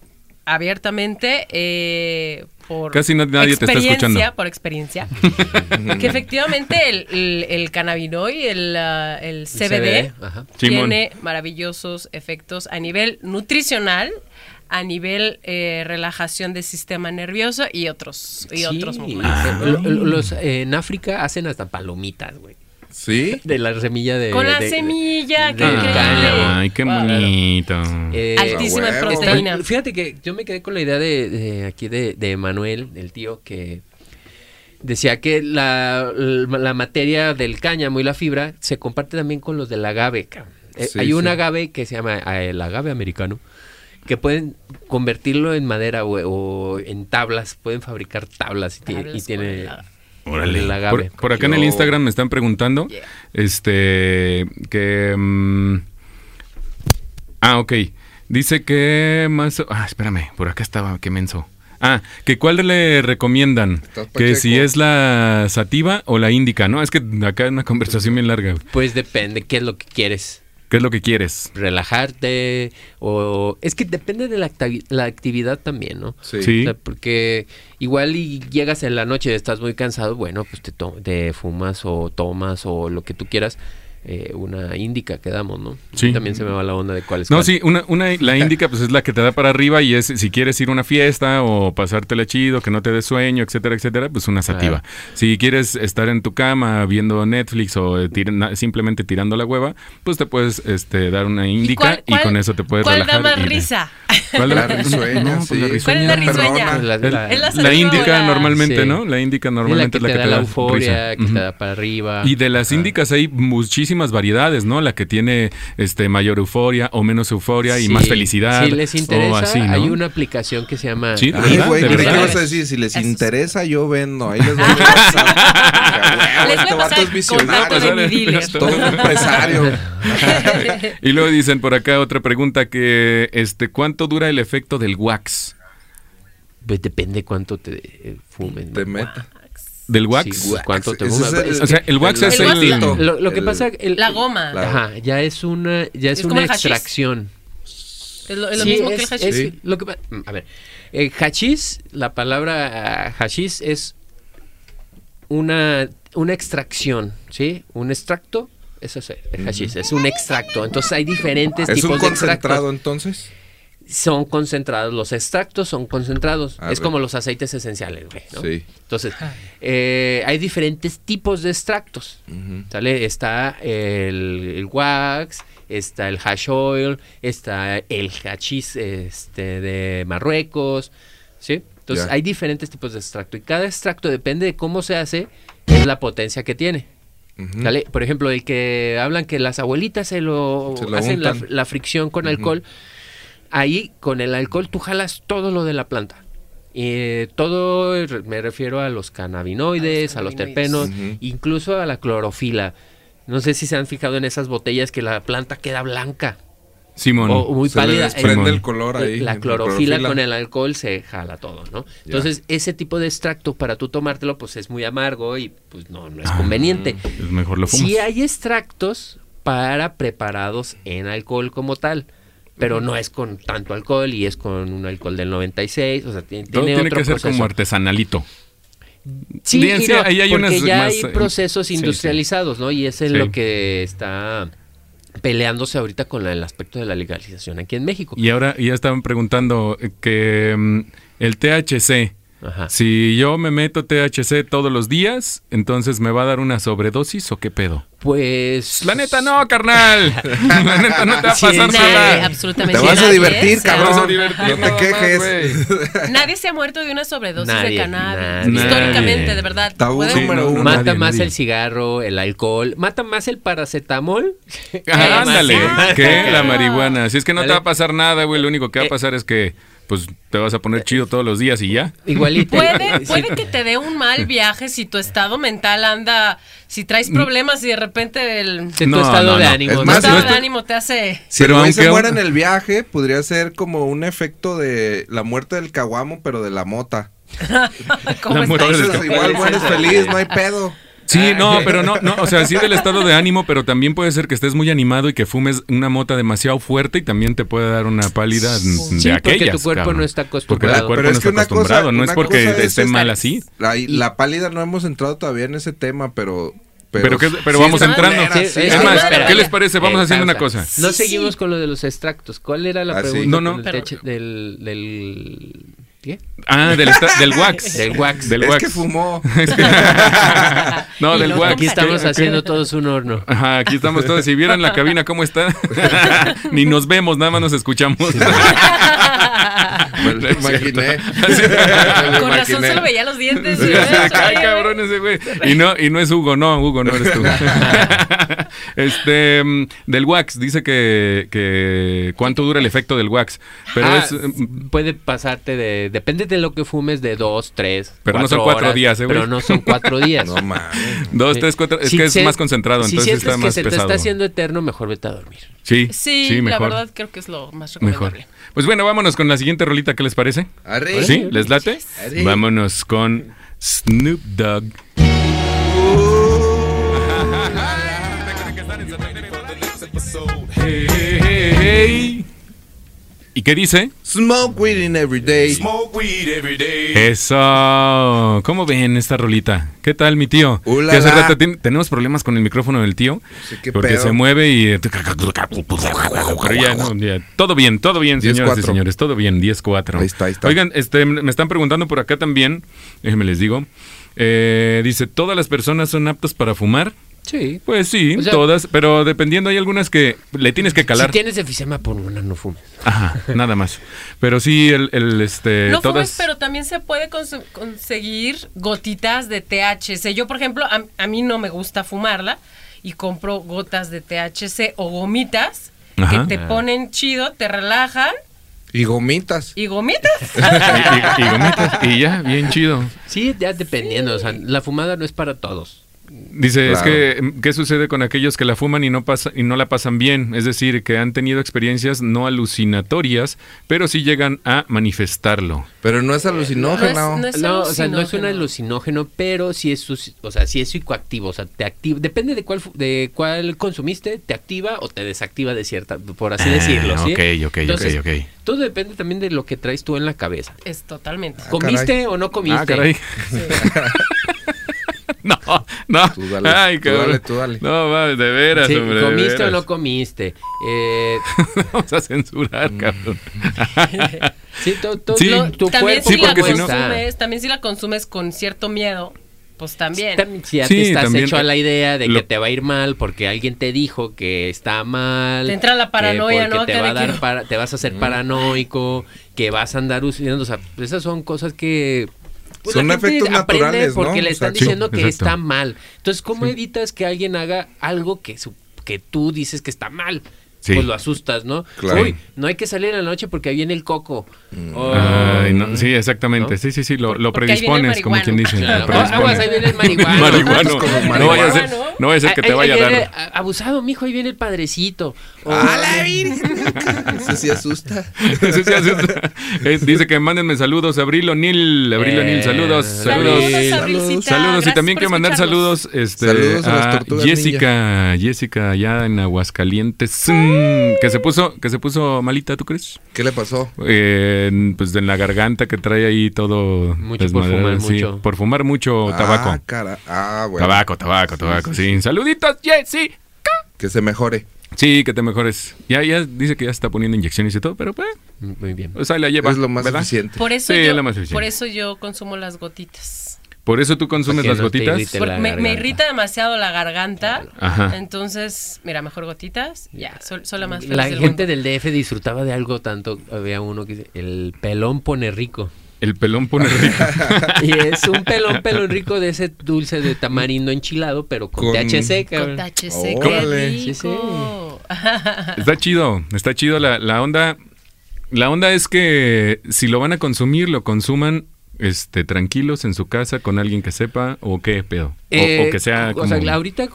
Speaker 4: abiertamente eh, por
Speaker 2: Casi no- nadie te está
Speaker 4: experiencia,
Speaker 2: escuchando.
Speaker 4: por experiencia, que efectivamente el, el, el cannabinoid, el, ah, el CBD,
Speaker 3: CBD, ajá.
Speaker 2: Simón.
Speaker 4: tiene maravillosos efectos a nivel nutricional, a nivel eh, relajación del sistema nervioso y otros y
Speaker 3: Sí,
Speaker 4: otros
Speaker 3: eh,
Speaker 4: movimientos.
Speaker 2: Ah.
Speaker 3: lo- lo- los, eh, en África hacen hasta palomitas, güey.
Speaker 5: ¿Sí?
Speaker 3: De la semilla de.
Speaker 4: Con la
Speaker 3: de-
Speaker 4: semilla, qué
Speaker 3: de-
Speaker 4: increíble.
Speaker 2: Ah, Ay, qué
Speaker 4: Wow.
Speaker 2: bonito.
Speaker 3: Eh,
Speaker 4: Altísima en
Speaker 5: huevo.
Speaker 4: proteína.
Speaker 3: Está- Fíjate que yo me quedé con la idea de, de aquí de, de Manuel, el tío, que decía que la, la materia del cáñamo y la fibra se comparte también con los del agave. cabrón. Eh,
Speaker 5: Sí,
Speaker 3: Hay un
Speaker 5: sí.
Speaker 3: agave que se llama eh, el agave americano, que pueden convertirlo en madera o, o en tablas, pueden fabricar tablas y, tiene- y
Speaker 4: Tablas con
Speaker 3: tiene...
Speaker 4: el agave.
Speaker 2: Órale.
Speaker 3: el
Speaker 2: Por,
Speaker 3: agave.
Speaker 2: por acá en el
Speaker 5: Yo-
Speaker 2: Instagram me están preguntando.
Speaker 4: Yeah.
Speaker 2: Este. Que. mm, ah, ok. Dice que más. Ah, espérame. Por acá estaba. Qué menso. Ah, que cuál le recomiendan.
Speaker 5: Estás
Speaker 2: Que
Speaker 5: pacheco.
Speaker 2: si es la sativa o la índica. No, es que acá es una conversación bien larga. güey.
Speaker 3: Pues depende qué es lo que quieres.
Speaker 2: ¿Qué es lo que quieres?
Speaker 3: relajarte o es que depende de la, actavi- la actividad también, ¿no?
Speaker 5: Sí.
Speaker 2: Sí.
Speaker 3: O sea, porque igual y llegas en la noche, estás muy cansado, bueno, pues te, to- te fumas o tomas o lo que tú quieras, eh, una índica que damos, ¿no?
Speaker 2: Sí.
Speaker 3: También se me va la onda de cuál es.
Speaker 2: No,
Speaker 3: cuál.
Speaker 2: sí, una, una, la índica pues es la que te da para arriba y es si quieres ir a una fiesta o pasártela chido, que no te dé sueño, etcétera, etcétera, pues una sativa. Si quieres estar en tu cama viendo Netflix o eh, tir- na- simplemente tirando la hueva, pues te puedes este, dar una índica
Speaker 4: cuál-
Speaker 2: y,
Speaker 4: cuál-
Speaker 2: con eso te puedes
Speaker 4: ¿Cuál
Speaker 2: relajar.
Speaker 4: da
Speaker 2: y
Speaker 4: más
Speaker 2: de-
Speaker 4: risa?
Speaker 2: ¿Cuál da
Speaker 5: La
Speaker 2: más-
Speaker 5: risueña,
Speaker 2: No, pues, la
Speaker 5: sí.
Speaker 2: risueña.
Speaker 4: ¿Cuál es la risueña?
Speaker 5: Perrona.
Speaker 3: La-
Speaker 2: El-
Speaker 3: la-
Speaker 4: Es la
Speaker 3: es
Speaker 2: La
Speaker 4: sativa o
Speaker 2: índica
Speaker 4: la-
Speaker 2: normalmente,
Speaker 3: Sí.
Speaker 2: ¿no? La índica
Speaker 3: la
Speaker 2: normalmente es
Speaker 3: que
Speaker 2: la
Speaker 3: te
Speaker 2: que
Speaker 3: da
Speaker 2: te
Speaker 3: la
Speaker 2: da
Speaker 3: euforia,
Speaker 2: risa.
Speaker 3: que
Speaker 2: Ujú.
Speaker 3: te da para arriba.
Speaker 2: Y de las
Speaker 3: Ah, Ajá.
Speaker 2: índicas hay muchísimas variedades, ¿no? La que tiene este mayor euforia o menos euforia y
Speaker 3: Sí,
Speaker 2: más felicidad.
Speaker 3: Si les
Speaker 2: o
Speaker 3: interesa,
Speaker 2: así, ¿no?
Speaker 3: hay una aplicación que se llama.
Speaker 2: Sí,
Speaker 5: Ay,
Speaker 2: ¿verdad?
Speaker 5: güey,
Speaker 2: ¿De
Speaker 5: ¿qué
Speaker 2: verdad?
Speaker 5: qué vas a decir? Si les
Speaker 4: Eso es-
Speaker 5: interesa, yo vendo. Ahí les voy a pasar.
Speaker 4: Les voy
Speaker 5: Este
Speaker 4: a
Speaker 5: vato
Speaker 4: pasar
Speaker 5: es
Speaker 4: el contacto de
Speaker 5: visionario.
Speaker 4: mi dealer.
Speaker 5: Todo un empresario.
Speaker 2: Y luego dicen por acá otra pregunta que este ¿cuánto dura el efecto del wax?
Speaker 3: Pues depende cuánto te eh, fumen.
Speaker 5: Te meta.
Speaker 2: ¿Del
Speaker 3: Sí,
Speaker 2: wax?
Speaker 3: güey. ¿Cuánto te
Speaker 5: Ese
Speaker 3: fuma?
Speaker 5: es
Speaker 2: O sea, el wax es
Speaker 4: el-
Speaker 5: aceitito.
Speaker 3: Lo, lo que
Speaker 5: El-
Speaker 3: pasa el-
Speaker 4: La goma.
Speaker 5: La-
Speaker 3: Ajá, ya es una, ya es,
Speaker 4: Es como
Speaker 3: una
Speaker 4: el hashish.
Speaker 3: extracción.
Speaker 4: Es lo, es lo
Speaker 3: Sí,
Speaker 4: mismo que el
Speaker 3: es-
Speaker 4: hashish.
Speaker 3: es
Speaker 5: Sí. Mm.
Speaker 3: lo que pa- a ver, eh, hashish, la palabra ah, hashish es una, una extracción, ¿sí? Un extracto, eso es el hashish, es un extracto. Entonces hay diferentes
Speaker 5: ¿Es
Speaker 3: tipos
Speaker 5: un
Speaker 3: de extractos.
Speaker 5: concentrado entonces?
Speaker 3: Son concentrados, los extractos son concentrados.
Speaker 5: A
Speaker 3: es
Speaker 5: ver.
Speaker 3: como los aceites esenciales, güey, ¿no?
Speaker 5: Sí.
Speaker 3: Entonces, eh, hay diferentes tipos de extractos. ¿sale? Está el, el wax, está el hash oil, está el hachís este, de Marruecos, ¿sí? Entonces,
Speaker 5: Ya.
Speaker 3: hay diferentes tipos de extracto y cada extracto depende de cómo se hace, es la potencia que tiene.
Speaker 5: Ujú.
Speaker 3: ¿sale? Por ejemplo, el que hablan que las abuelitas se lo,
Speaker 5: Se lo
Speaker 3: hacen la,
Speaker 5: untan.
Speaker 3: la fricción con alcohol, ahí con el alcohol tú jalas todo lo de la planta. Eh, todo eh, re- me refiero a los cannabinoides, a los, terpenos,
Speaker 4: cannabinoides.
Speaker 5: Ujú.
Speaker 3: incluso a la clorofila. No sé si se han fijado en esas botellas que la planta queda blanca
Speaker 2: Simón.
Speaker 3: o Oh, muy
Speaker 5: Se le
Speaker 3: pálida.
Speaker 5: desprende
Speaker 2: Simón.
Speaker 5: el color ahí.
Speaker 3: La clorofila, con el alcohol se jala todo, ¿no? Entonces, ese tipo de extracto para tú tomártelo, pues es muy amargo y pues no, no es
Speaker 5: Ah.
Speaker 3: conveniente.
Speaker 2: Es Pues mejor lo fumas.
Speaker 3: Sí hay extractos para preparados en alcohol como tal, pero no es con tanto alcohol y es con un alcohol del 96, o sea, tiene,
Speaker 2: Todo
Speaker 3: tiene
Speaker 2: tiene
Speaker 3: otro
Speaker 2: que ser
Speaker 3: proceso.
Speaker 2: como artesanalito.
Speaker 3: Sí,
Speaker 2: Bien,
Speaker 3: y
Speaker 2: sí,
Speaker 3: no,
Speaker 2: ahí hay
Speaker 3: porque
Speaker 2: unas
Speaker 3: ya
Speaker 2: más,
Speaker 3: hay
Speaker 2: eh,
Speaker 3: procesos
Speaker 2: sí, sí.
Speaker 3: industrializados, ¿no? Y es en
Speaker 2: Sí.
Speaker 3: lo que está peleándose ahorita con la- el aspecto de la legalización aquí en México.
Speaker 2: Y ahora ya estaban preguntando eh, que mm, el THC,
Speaker 3: Ajá.
Speaker 2: Ah. si yo me meto THC todos los días, entonces me va a dar una sobredosis o qué pedo?
Speaker 3: Pues
Speaker 2: La neta no, carnal. La neta no te va a
Speaker 3: Sí,
Speaker 2: pasar
Speaker 3: sí.
Speaker 2: nada.
Speaker 5: Te
Speaker 4: absolutamente
Speaker 5: vas a
Speaker 4: nadie
Speaker 5: divertir,
Speaker 4: se ha-
Speaker 2: Te
Speaker 5: cabrón.
Speaker 2: vas a divertir,
Speaker 5: No
Speaker 2: nada
Speaker 5: te
Speaker 2: más,
Speaker 5: quejes.
Speaker 4: Nadie se ha muerto de una sobredosis
Speaker 3: Nadie,
Speaker 4: de cannabis.
Speaker 3: nadie.
Speaker 2: Nadie.
Speaker 4: Históricamente, de verdad.
Speaker 5: Tabú
Speaker 4: Pueden-
Speaker 2: Sí,
Speaker 5: número
Speaker 2: no,
Speaker 5: uno.
Speaker 3: mata
Speaker 2: nadie,
Speaker 3: más
Speaker 2: nadie.
Speaker 3: el cigarro, el alcohol, mata más el paracetamol.
Speaker 2: Ah, Ándale,
Speaker 4: Exacto.
Speaker 2: que la marihuana. Si es que no te
Speaker 3: Dale.
Speaker 2: va a pasar nada, güey, lo único que va a
Speaker 3: Eh.
Speaker 2: pasar es que pues te vas a poner chido todos los días y ya.
Speaker 3: Igualito.
Speaker 4: Puede,
Speaker 3: Sí.
Speaker 4: puede que te dé un mal viaje si tu estado mental anda, si traes
Speaker 2: Mm.
Speaker 4: problemas y de repente el
Speaker 3: De tu
Speaker 2: No,
Speaker 3: estado
Speaker 2: no,
Speaker 3: de
Speaker 2: no.
Speaker 3: ánimo.
Speaker 5: Es
Speaker 3: ¿no?
Speaker 4: tu
Speaker 5: más,
Speaker 4: estado
Speaker 5: esto-
Speaker 4: de ánimo te hace...
Speaker 5: Si
Speaker 2: Pero
Speaker 5: el güey se
Speaker 2: aunque-
Speaker 5: muere en el viaje, podría ser como un efecto de la muerte del caguamo, pero de la mota.
Speaker 4: ¿Cómo
Speaker 2: La muerte
Speaker 4: estás?
Speaker 2: del
Speaker 5: Entonces, igual mueres feliz, no hay pedo.
Speaker 3: Ah,
Speaker 2: Sí, no, pero no, no, o sea, sí del estado de ánimo, pero también puede ser que estés muy animado y que fumes una mota demasiado fuerte y también te puede dar una pálida de
Speaker 3: Sí, porque
Speaker 2: aquellas,
Speaker 3: tu cuerpo
Speaker 2: cabrón.
Speaker 3: no está
Speaker 2: Porque tu
Speaker 3: acostumbrado.
Speaker 2: cuerpo
Speaker 5: Pero
Speaker 2: no
Speaker 5: es
Speaker 2: está
Speaker 5: que una cosa-
Speaker 2: acostumbrado, no es
Speaker 5: una
Speaker 2: porque
Speaker 5: cosa es
Speaker 2: esté
Speaker 5: estar-
Speaker 2: mal así.
Speaker 5: La, la pálida no hemos entrado todavía en ese tema, pero.
Speaker 2: Pero, que- pero
Speaker 5: sí
Speaker 2: vamos
Speaker 5: es
Speaker 4: está
Speaker 2: entrando.
Speaker 5: culera,
Speaker 3: Sí,
Speaker 5: sí
Speaker 3: es
Speaker 5: es
Speaker 2: es más,
Speaker 4: culera.
Speaker 2: ¿qué les parece? Vamos
Speaker 3: Eh,
Speaker 2: haciendo una
Speaker 3: pausa.
Speaker 2: cosa.
Speaker 3: No
Speaker 4: Sí, sí.
Speaker 3: seguimos con lo de los extractos. ¿Cuál era la
Speaker 5: Ah, sí.
Speaker 3: pregunta?
Speaker 2: No, no.
Speaker 3: con el techo- del, del, ¿qué?
Speaker 2: Ah, del, esta- del wax.
Speaker 3: Del wax.
Speaker 2: Del
Speaker 5: Es
Speaker 2: wax.
Speaker 5: que fumó.
Speaker 2: Es que- no,
Speaker 4: Y
Speaker 2: del
Speaker 4: luego
Speaker 2: wax.
Speaker 3: Aquí
Speaker 4: ¿qué?
Speaker 3: estamos haciendo todos un horno.
Speaker 2: Ajá, aquí estamos todos. Si vieran la cabina, ¿cómo está? Ni nos vemos, nada más nos escuchamos.
Speaker 5: Pues, Me lo imaginé.
Speaker 2: Así-
Speaker 5: Me lo
Speaker 4: Con razón
Speaker 5: imaginé.
Speaker 4: se lo veía los dientes.
Speaker 2: Sí,
Speaker 4: y-
Speaker 2: así de que, "Ay, cabrón ese güey". Y no, y no es Hugo, no, Hugo, no eres tú. este, mm, del wax, dice que, que cuánto dura el efecto del wax. Pero
Speaker 3: Ah,
Speaker 2: es, mm,
Speaker 3: puede pasarte de. Depende de lo que fumes, de dos, tres.
Speaker 2: Pero no son cuatro
Speaker 3: horas,
Speaker 2: días, ¿eh, güey?
Speaker 3: Pero no son cuatro días.
Speaker 5: No mames.
Speaker 2: dos,
Speaker 3: Sí.
Speaker 2: tres, cuatro, es
Speaker 3: Si
Speaker 2: que es
Speaker 3: se-
Speaker 2: más concentrado,
Speaker 3: si
Speaker 2: entonces
Speaker 3: sientes
Speaker 2: está
Speaker 3: que
Speaker 2: más
Speaker 3: se
Speaker 2: pesado.
Speaker 3: te está haciendo eterno, mejor vete a dormir.
Speaker 2: Sí,
Speaker 4: Sí,
Speaker 2: sí, mejor.
Speaker 4: la verdad creo que es lo más recomendable.
Speaker 2: mejor. Pues bueno, vámonos con la siguiente rolita, ¿qué les parece?
Speaker 5: Arre.
Speaker 2: ¿Sí? ¿Les late?
Speaker 5: Arre.
Speaker 2: Vámonos con Snoop Dogg. Hey, hey, hey, hey. ¿Y qué dice?
Speaker 5: Smoke weed in every day.
Speaker 2: Eso. ¿Cómo ven esta rolita? ¿Qué tal, mi tío?
Speaker 5: Ulala.
Speaker 2: Que hace rato ten- tenemos problemas con el micrófono del tío.
Speaker 5: Sí, qué
Speaker 2: porque
Speaker 5: pedo.
Speaker 2: se mueve y. eh, Pero ya, no, ya. Todo bien, todo bien, señoras y
Speaker 5: 10-4.
Speaker 2: señores. Todo bien, 10-4.
Speaker 5: Ahí está, ahí está.
Speaker 2: Oigan, este, me están preguntando por acá también. Déjenme les digo. Eh, dice: ¿Todas las personas son aptas para fumar?
Speaker 3: Sí.
Speaker 2: Pues sí,
Speaker 3: O sea-
Speaker 2: todas. Pero dependiendo, hay algunas que le tienes que calar.
Speaker 3: Si tienes efisema pulmonar, no fumes.
Speaker 2: Ajá, nada más. Pero sí, el, el, este.
Speaker 4: no
Speaker 2: todas.
Speaker 4: fumes, pero también se puede consu- conseguir gotitas de THC. Yo, por ejemplo, a, a mí no me gusta fumarla y compro gotas de THC o gomitas
Speaker 2: Ajá.
Speaker 4: que te ponen chido, te relajan
Speaker 5: Y gomitas.
Speaker 4: y gomitas.
Speaker 2: y, y- y gomitas, y ya, bien chido.
Speaker 3: Sí, ya dependiendo. O sea, la fumada no es para todos.
Speaker 2: Dice, es
Speaker 5: Claro.
Speaker 2: que, mm, ¿qué sucede con aquellos que la fuman y no, pasa, y no la pasan bien? Es decir, que han tenido experiencias no alucinatorias, pero sí llegan a manifestarlo.
Speaker 5: Pero no es alucinógeno.
Speaker 4: no Eh, es-
Speaker 3: no, o sea, no es un
Speaker 4: alucinógeno.
Speaker 3: alucinógeno, pero sí es, sus- o sea, sí es psicoactivo. O sea, te activa. Depende de cuál, fu- de cuál consumiste, te activa o te desactiva de cierta, por así decirlo. ¿sí?
Speaker 2: Ah, ok, ok, Ah, ok,
Speaker 3: Entonces,
Speaker 2: ok.
Speaker 3: Todo depende también de lo que traes tú en la cabeza.
Speaker 4: Es totalmente.
Speaker 3: ¿Comiste
Speaker 5: caray.
Speaker 3: o no comiste?
Speaker 2: Ah, caray. no, no.
Speaker 5: Tú dale,
Speaker 2: Ay,
Speaker 5: tú
Speaker 2: cabrón.
Speaker 5: dale, tú dale.
Speaker 2: No, mames, de veras,
Speaker 3: Sí,
Speaker 2: hombre. de
Speaker 3: ¿Comiste o
Speaker 2: veras.
Speaker 3: no comiste? Eh,
Speaker 2: Vamos a
Speaker 5: Mm.
Speaker 2: censurar, cabrón.
Speaker 3: sí, todo, todo
Speaker 2: Sí.
Speaker 3: lo- tu
Speaker 4: también
Speaker 3: cuerpo
Speaker 4: si
Speaker 2: Sí,
Speaker 4: la
Speaker 2: porque si no-
Speaker 4: consumes, también si la consumes con cierto miedo, pues también.
Speaker 3: También, si ya
Speaker 2: Sí,
Speaker 3: te estás
Speaker 2: también. eh,
Speaker 3: hecho a la idea de
Speaker 2: Lo-
Speaker 3: que te va a ir mal porque alguien te dijo que está mal.
Speaker 4: Te entra la
Speaker 3: que
Speaker 4: paranoia,
Speaker 3: porque
Speaker 4: ¿no?
Speaker 3: Te,
Speaker 4: Acá
Speaker 3: va a
Speaker 4: de
Speaker 3: dar
Speaker 4: que-
Speaker 3: para- te vas a hacer paranoico, que vas a andar usando. O sea, esas son cosas que. pues, la
Speaker 5: Son
Speaker 3: gente
Speaker 5: efectos
Speaker 3: aprende
Speaker 5: naturales, ¿no?
Speaker 3: Porque le
Speaker 5: O sea,
Speaker 3: están
Speaker 5: sí,
Speaker 3: diciendo que
Speaker 2: exacto.
Speaker 3: está mal. Entonces, ¿cómo evitas que alguien haga algo que, su- que tú dices que está mal?
Speaker 2: Sí.
Speaker 3: Pues lo asustas, ¿no?
Speaker 5: Claro.
Speaker 3: Uy, no hay que salir en la noche porque ahí viene el coco. O-
Speaker 2: Ay, no, sí, exactamente. Sí, sí, sí, lo, lo
Speaker 4: Porque ahí viene el
Speaker 2: predispones, como quien
Speaker 4: marihuano.
Speaker 2: dice.
Speaker 3: Claro.
Speaker 2: lo predispones.
Speaker 3: Aguas, ahí viene el marihuano.
Speaker 2: Marihuano.
Speaker 5: Como
Speaker 2: No
Speaker 5: marihuano.
Speaker 2: vaya a ser, no vaya a ser que
Speaker 3: Ahí-
Speaker 2: te
Speaker 3: ahí
Speaker 2: vaya a
Speaker 3: viene
Speaker 2: dar.
Speaker 3: a- Abusado, mijo, ahí viene el padrecito. O-
Speaker 5: Ah,
Speaker 4: Ah,
Speaker 5: Eso sí asusta.
Speaker 2: Sí, sí, asusta. Eh, Dice que mándenme saludos. Abril O'Neill. Abril
Speaker 3: Eh,
Speaker 2: O'Neill, saludos.
Speaker 3: Saludos,
Speaker 2: Saludos.
Speaker 4: Saludos, Abrilcita.
Speaker 2: Saludos y
Speaker 4: Gracias
Speaker 2: también
Speaker 4: por
Speaker 2: quiero mandar
Speaker 4: escucharnos.
Speaker 2: saludos, este,
Speaker 5: Saludos a las
Speaker 2: a
Speaker 5: tortugas
Speaker 2: Jessica, Jessica allá en Aguascalientes, mm, que se puso, que se puso malita, ¿tú crees?
Speaker 5: ¿Qué le pasó?
Speaker 2: Eh, en- pues en la garganta que trae ahí todo
Speaker 3: Mucho por
Speaker 2: desmadrado,
Speaker 3: fumar
Speaker 2: sí,
Speaker 3: mucho.
Speaker 2: por fumar mucho
Speaker 5: Ah,
Speaker 2: tabaco,
Speaker 5: cara. Ah, bueno.
Speaker 2: tabaco, tabaco, tabaco, sí. Saluditos, Jessy.
Speaker 5: Que se mejore.
Speaker 2: Sí, que te mejores. Ya, ya dice que ya se está poniendo inyecciones y todo, pero pues,
Speaker 3: Muy bien.
Speaker 2: o sea, la lleva.
Speaker 5: es lo más
Speaker 2: ¿verdad?
Speaker 5: eficiente.
Speaker 4: Por eso,
Speaker 2: Sí, es
Speaker 4: yo,
Speaker 2: la más eficiente.
Speaker 4: por eso yo consumo las gotitas.
Speaker 2: Por eso tú consumes
Speaker 3: Para
Speaker 2: las
Speaker 3: que no te
Speaker 2: gotitas.
Speaker 3: irrite. De
Speaker 4: Por-
Speaker 3: la
Speaker 4: me, me
Speaker 3: garganta.
Speaker 4: irrita demasiado la garganta.
Speaker 2: Ajá.
Speaker 4: Entonces, mira, mejor gotitas. Ya, soy, soy la más feliz
Speaker 3: La
Speaker 4: del
Speaker 3: gente
Speaker 4: mundo.
Speaker 3: del DF disfrutaba de algo tanto. Había uno que dice, el pelón pone rico.
Speaker 2: El pelón pone rico.
Speaker 3: Y es un pelón, pelón rico de ese dulce de tamarindo enchilado, pero con,
Speaker 5: Con-
Speaker 3: THC,
Speaker 4: Con
Speaker 3: cabrón.
Speaker 4: THC, qué
Speaker 5: Órale.
Speaker 3: Sí, sí.
Speaker 4: rico.
Speaker 2: Está chido, está chido la, la onda. La onda es que si lo van a consumir, lo consuman este tranquilos en su casa con alguien que sepa o qué pedo. O,
Speaker 3: Eh,
Speaker 2: o que sea
Speaker 3: o
Speaker 2: como...
Speaker 3: sea, ahorita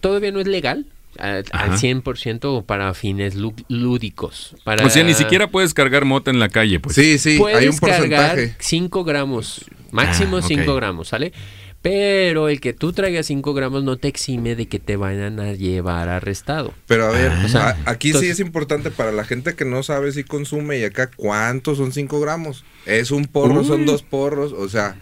Speaker 3: todavía no es legal. Al, al
Speaker 2: Ajá.
Speaker 3: 100% para fines lú- lúdicos. Para...
Speaker 2: O sea, Pues ni siquiera puedes cargar mota en la calle, pues.
Speaker 5: sí, sí,
Speaker 3: puedes
Speaker 5: hay un porcentaje.
Speaker 3: cargar 5 gramos, máximo
Speaker 2: Ah, ok.
Speaker 3: 5 gramos, ¿sale? Pero el que tú traigas 5 gramos no te exime de que te vayan a llevar arrestado.
Speaker 5: Pero a ver,
Speaker 3: o sea,
Speaker 5: a- aquí sí
Speaker 3: Ah, entonces-
Speaker 5: es importante para la gente que no sabe si consume y acá cuántos son 5 gramos. Es un porro, son dos porros, o sea,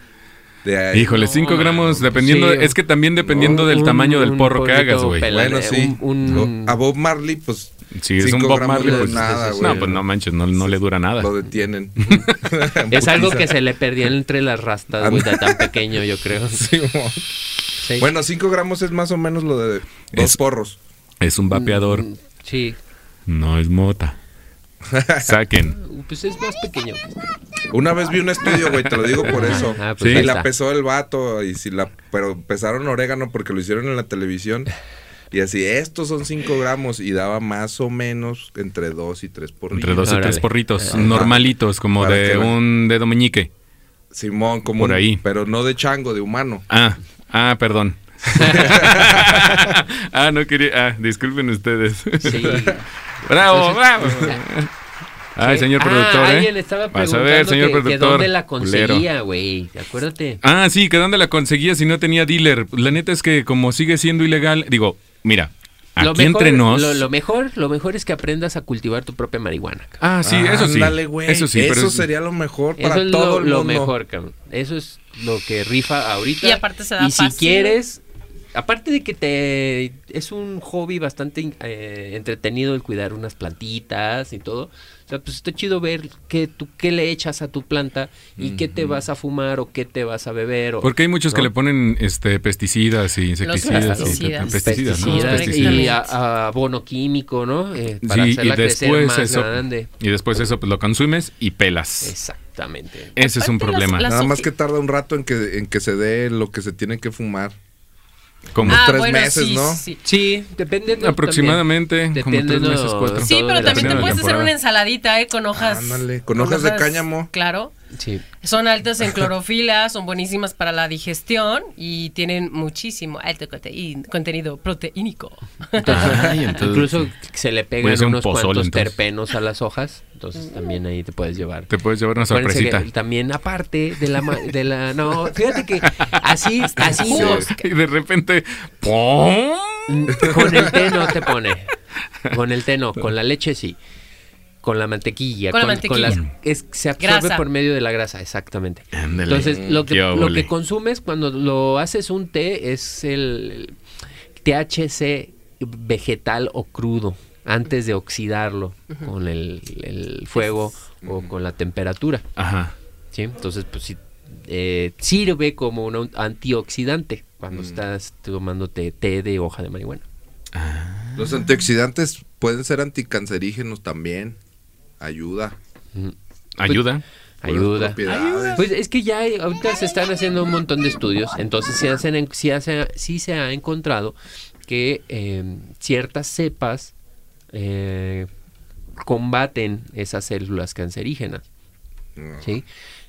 Speaker 5: de ahí.
Speaker 2: Híjole, 5
Speaker 3: mano,
Speaker 2: gramos, dependiendo,
Speaker 3: sí,
Speaker 2: es que también dependiendo del
Speaker 3: Un-
Speaker 2: tamaño del
Speaker 3: un
Speaker 2: porro que
Speaker 3: porrito
Speaker 2: hagas, güey.
Speaker 3: pelado.
Speaker 5: Bueno,
Speaker 3: Eh,
Speaker 5: sí.
Speaker 3: un-
Speaker 5: Lo- a Bob Marley, pues.
Speaker 2: Si es un
Speaker 5: cinco
Speaker 2: Bob
Speaker 5: gramos
Speaker 2: Marley,
Speaker 5: no es
Speaker 2: pues,
Speaker 5: nada, güey.
Speaker 2: no, pues no manches, no, no le dura nada.
Speaker 5: Lo detienen.
Speaker 3: Es algo que se le perdía entre las rastas, güey, de tan pequeño, yo creo.
Speaker 5: Sí, mo.
Speaker 3: Sí.
Speaker 5: Bueno, 5 gramos es más o menos lo de dos
Speaker 2: Es-
Speaker 5: porros.
Speaker 2: Es un vapeador,
Speaker 3: Mm, Sí, mm.
Speaker 2: no es mota. Saquen.
Speaker 3: pues es más pequeño.
Speaker 5: Una vez vi un estudio, güey, te lo digo por eso.
Speaker 3: Ah, pues
Speaker 5: sí,
Speaker 3: ahí
Speaker 5: y la
Speaker 3: está.
Speaker 5: pesó el vato, y si la, pero pesaron orégano porque lo hicieron en la televisión. Y así, estos son 5 gramos y daba más o menos entre 2 y 3 por
Speaker 2: Entre dos y
Speaker 3: Órale.
Speaker 2: tres porritos, normalitos, como
Speaker 5: Para
Speaker 2: de
Speaker 5: que la-
Speaker 2: un dedo meñique.
Speaker 5: Simón, como
Speaker 2: Por
Speaker 5: un-
Speaker 2: ahí.
Speaker 5: pero no de chango, de humano.
Speaker 2: Ah, ah, perdón. ah, no quería. Ah, disculpen ustedes.
Speaker 3: Sí.
Speaker 2: bravo, bravo. Ay, señor
Speaker 3: Ah,
Speaker 2: productor, ¿eh?
Speaker 3: alguien estaba
Speaker 2: Vas a
Speaker 3: preguntando
Speaker 2: ver, señor
Speaker 3: que, que
Speaker 2: productor.
Speaker 3: dónde la
Speaker 2: culero.
Speaker 3: conseguía, güey. Acuérdate.
Speaker 2: Ah, sí, que dónde la conseguía si no tenía dealer. La neta es que como sigue siendo ilegal, digo, mira, Ah, aquí
Speaker 3: mejor,
Speaker 2: entre nos.
Speaker 3: Lo, lo mejor, lo mejor es que aprendas a cultivar tu propia marihuana. cabrón.
Speaker 2: Ah, sí, eso sí.
Speaker 5: Ándale, güey.
Speaker 2: Eso sí, pero es-
Speaker 5: sería lo mejor para
Speaker 3: Eso es
Speaker 5: todo
Speaker 3: lo,
Speaker 5: el mundo.
Speaker 3: lo mejor, cabrón. Eso es lo que rifa ahorita.
Speaker 4: Y aparte se da
Speaker 3: Y si
Speaker 4: fácil.
Speaker 3: quieres, aparte de que te es un hobby bastante eh, entretenido el cuidar unas plantitas y todo. O sea, pues está chido ver qué tú qué le echas a tu planta y qué te vas a fumar o qué te vas a beber o
Speaker 2: Porque hay muchos que
Speaker 3: ¿no?
Speaker 2: le ponen este pesticidas y insecticidas. y-
Speaker 4: pesticidas.
Speaker 2: pesticidas, ¿no?
Speaker 4: Pesticidas,
Speaker 2: Pesticidas.
Speaker 3: y a- a abono químico, ¿no? Eh, para
Speaker 2: Sí,
Speaker 3: hacerla crecer más grande.
Speaker 2: y después eso pues, lo consumes y pelas.
Speaker 3: Exactamente.
Speaker 2: Ese es un
Speaker 4: Aparte las-
Speaker 2: problema.
Speaker 4: las-
Speaker 5: Nada
Speaker 4: Las
Speaker 5: más
Speaker 4: hoji-
Speaker 5: que tarda un rato en que, en que se dé lo que se tiene que fumar. Como
Speaker 4: ah,
Speaker 5: tres
Speaker 4: bueno,
Speaker 5: meses,
Speaker 4: sí,
Speaker 5: ¿no?
Speaker 4: sí, sí.
Speaker 3: Sí, dependiendo.
Speaker 2: Aproximadamente,
Speaker 3: también.
Speaker 2: como tres
Speaker 3: Dependiendo-
Speaker 2: meses, cuatro.
Speaker 4: Sí,
Speaker 3: Todo
Speaker 4: pero
Speaker 3: de la
Speaker 4: también te
Speaker 2: primera
Speaker 4: puedes hacer
Speaker 2: temporada.
Speaker 4: una ensaladita, ¿eh? Con hojas.
Speaker 5: Ándale, con hojas de cáñamo.
Speaker 4: Claro.
Speaker 3: Sí.
Speaker 4: Son altas en clorofila, son buenísimas para la digestión y tienen muchísimo alto conte- contenido proteínico.
Speaker 2: Ay, entonces-
Speaker 3: Incluso se le
Speaker 2: Voy a
Speaker 3: pegan
Speaker 2: hacer un
Speaker 3: unos
Speaker 2: pozole,
Speaker 3: cuantos
Speaker 2: entonces.
Speaker 3: terpenos a las hojas, entonces también ahí te puedes llevar.
Speaker 2: Te puedes llevar una
Speaker 3: Acuérdense
Speaker 2: sorpresita.
Speaker 3: que también aparte de la ma- de la no, fíjate que así así
Speaker 4: Jugos.
Speaker 2: Y de repente. ¡pum!
Speaker 3: Pues con el té no te pone. Con el té no, con la leche sí. Con la mantequilla,
Speaker 4: Con la mantequilla.
Speaker 3: las- es- se absorbe
Speaker 4: Grasa.
Speaker 3: por medio de la grasa, exactamente.
Speaker 2: Ándale.
Speaker 3: Entonces, lo que,
Speaker 2: Yo,
Speaker 3: lo
Speaker 2: ole.
Speaker 3: que consumes cuando lo haces un té es el THC vegetal o crudo, antes de oxidarlo con el, el fuego o con la temperatura.
Speaker 2: Ajá.
Speaker 3: ¿sí? Entonces, pues sí, eh, sirve como un an- antioxidante
Speaker 2: Mm.
Speaker 3: cuando estás tomando té, té de hoja de marihuana. Ah.
Speaker 5: Los antioxidantes pueden ser anticancerígenos también. Ayuda.
Speaker 2: Ayuda.
Speaker 5: por las
Speaker 3: Ayuda.
Speaker 5: propiedades.
Speaker 3: Pues es que ya hay- ahorita se están haciendo un montón de estudios, entonces se hacen, en- sí, hace- sí se ha encontrado que eh, ciertas cepas eh, combaten esas células cancerígenas,
Speaker 5: Ah.
Speaker 3: ¿sí?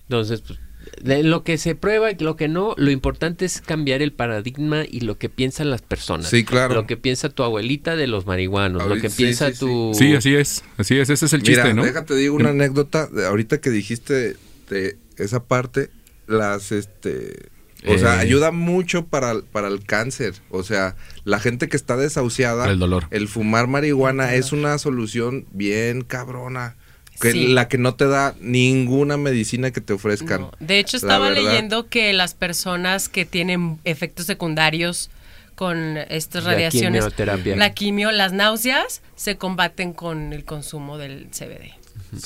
Speaker 3: Entonces, pues, de lo que se prueba y lo que no, lo importante es cambiar el paradigma y lo que piensan las personas.
Speaker 5: Sí, claro.
Speaker 3: Lo que piensa tu abuelita de los marihuanos, lo
Speaker 5: Ahorita-
Speaker 3: que
Speaker 5: sí,
Speaker 3: piensa
Speaker 5: sí, sí.
Speaker 3: tu...
Speaker 2: Sí, así es. Así es. Ese es el
Speaker 5: Mira,
Speaker 2: chiste, ¿no?
Speaker 5: déjate digo una anécdota. de ahorita que dijiste de esa parte, las este. O sea,
Speaker 2: Eh.
Speaker 5: ayuda mucho para, para el cáncer. O sea, la gente que está desahuciada,
Speaker 2: Para el dolor.
Speaker 5: el fumar marihuana es una solución bien cabrona. Que
Speaker 4: Sí.
Speaker 5: La que no te da ninguna medicina que te ofrezcan.
Speaker 4: No. De hecho,
Speaker 5: La
Speaker 4: estaba
Speaker 5: verdad.
Speaker 4: leyendo que las personas que tienen efectos secundarios con estas
Speaker 3: La
Speaker 4: radiaciones,
Speaker 3: quimioterapia.
Speaker 4: la quimio, las náuseas, se combaten con el consumo del CBD.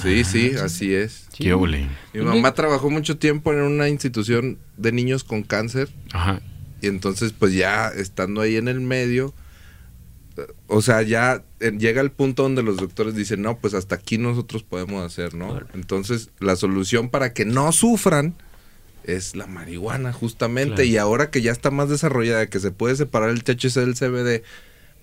Speaker 5: Sí, sí, así es.
Speaker 2: Qué ole.
Speaker 5: Mi mamá trabajó mucho tiempo en una institución de niños con cáncer
Speaker 2: Ajá.
Speaker 5: y entonces pues ya estando ahí en el medio, eh, o sea, ya eh, llega el punto donde los doctores dicen, no, pues hasta aquí nosotros podemos hacer, ¿no? Entonces la solución para que no sufran es la marihuana justamente
Speaker 3: Claro.
Speaker 5: y ahora que ya está más desarrollada, que se puede separar el THC del CBD.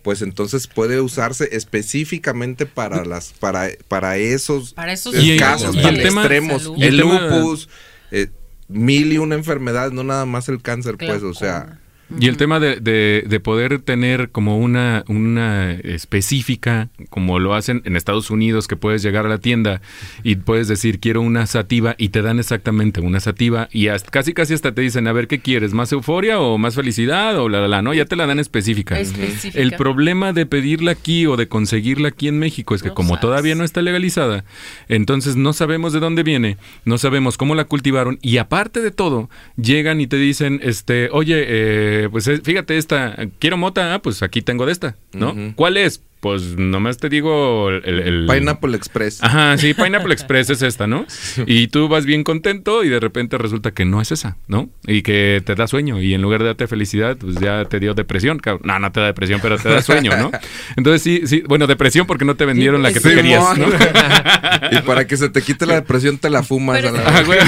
Speaker 5: Pues entonces puede usarse específicamente para las para para esos
Speaker 4: Para esos
Speaker 2: Y-
Speaker 5: casos
Speaker 2: y el
Speaker 5: tan
Speaker 2: tema-
Speaker 5: extremos.
Speaker 4: Salud.
Speaker 2: y el
Speaker 5: El
Speaker 2: tema-
Speaker 5: lupus, eh, mil y una enfermedad, no nada más el cáncer, pues, o sea.
Speaker 2: Y el tema de, de- de poder tener como una, una específica, como lo hacen en Estados Unidos, que puedes llegar a la tienda y puedes decir, quiero una sativa, y te dan exactamente una sativa, y hasta- casi casi hasta te dicen, a ver, ¿qué quieres? ¿Más euforia o más felicidad? O la, la, la, ¿no? Ya te la dan específica.
Speaker 4: Específica.
Speaker 2: El problema de pedirla aquí o de conseguirla aquí en México es que
Speaker 4: No
Speaker 2: como
Speaker 4: sabes.
Speaker 2: todavía no está legalizada, entonces no sabemos de dónde viene, no sabemos cómo la cultivaron y aparte de todo, llegan y te dicen, este, oye, eh, pues eh, fíjate esta, quiero mota, ah, pues aquí tengo de esta, ¿no?
Speaker 5: Ujú.
Speaker 2: ¿Cuál es? Pues nomás te digo el... el-
Speaker 5: Pineapple Express.
Speaker 2: Ajá, sí, Pineapple Express es esta, ¿no? Y tú vas bien contento y de repente resulta que no es esa, ¿no? Y que te da sueño y en lugar de darte felicidad, pues ya te dio depresión, cabrón. No, no te da depresión, pero te da sueño, ¿no? Entonces sí, sí, bueno, depresión porque no te vendieron la que tú
Speaker 5: Simón.
Speaker 2: querías, ¿no?
Speaker 5: y para que se te quite la depresión, te la fumas.
Speaker 4: Pero-
Speaker 5: a la-
Speaker 2: Ah, güey.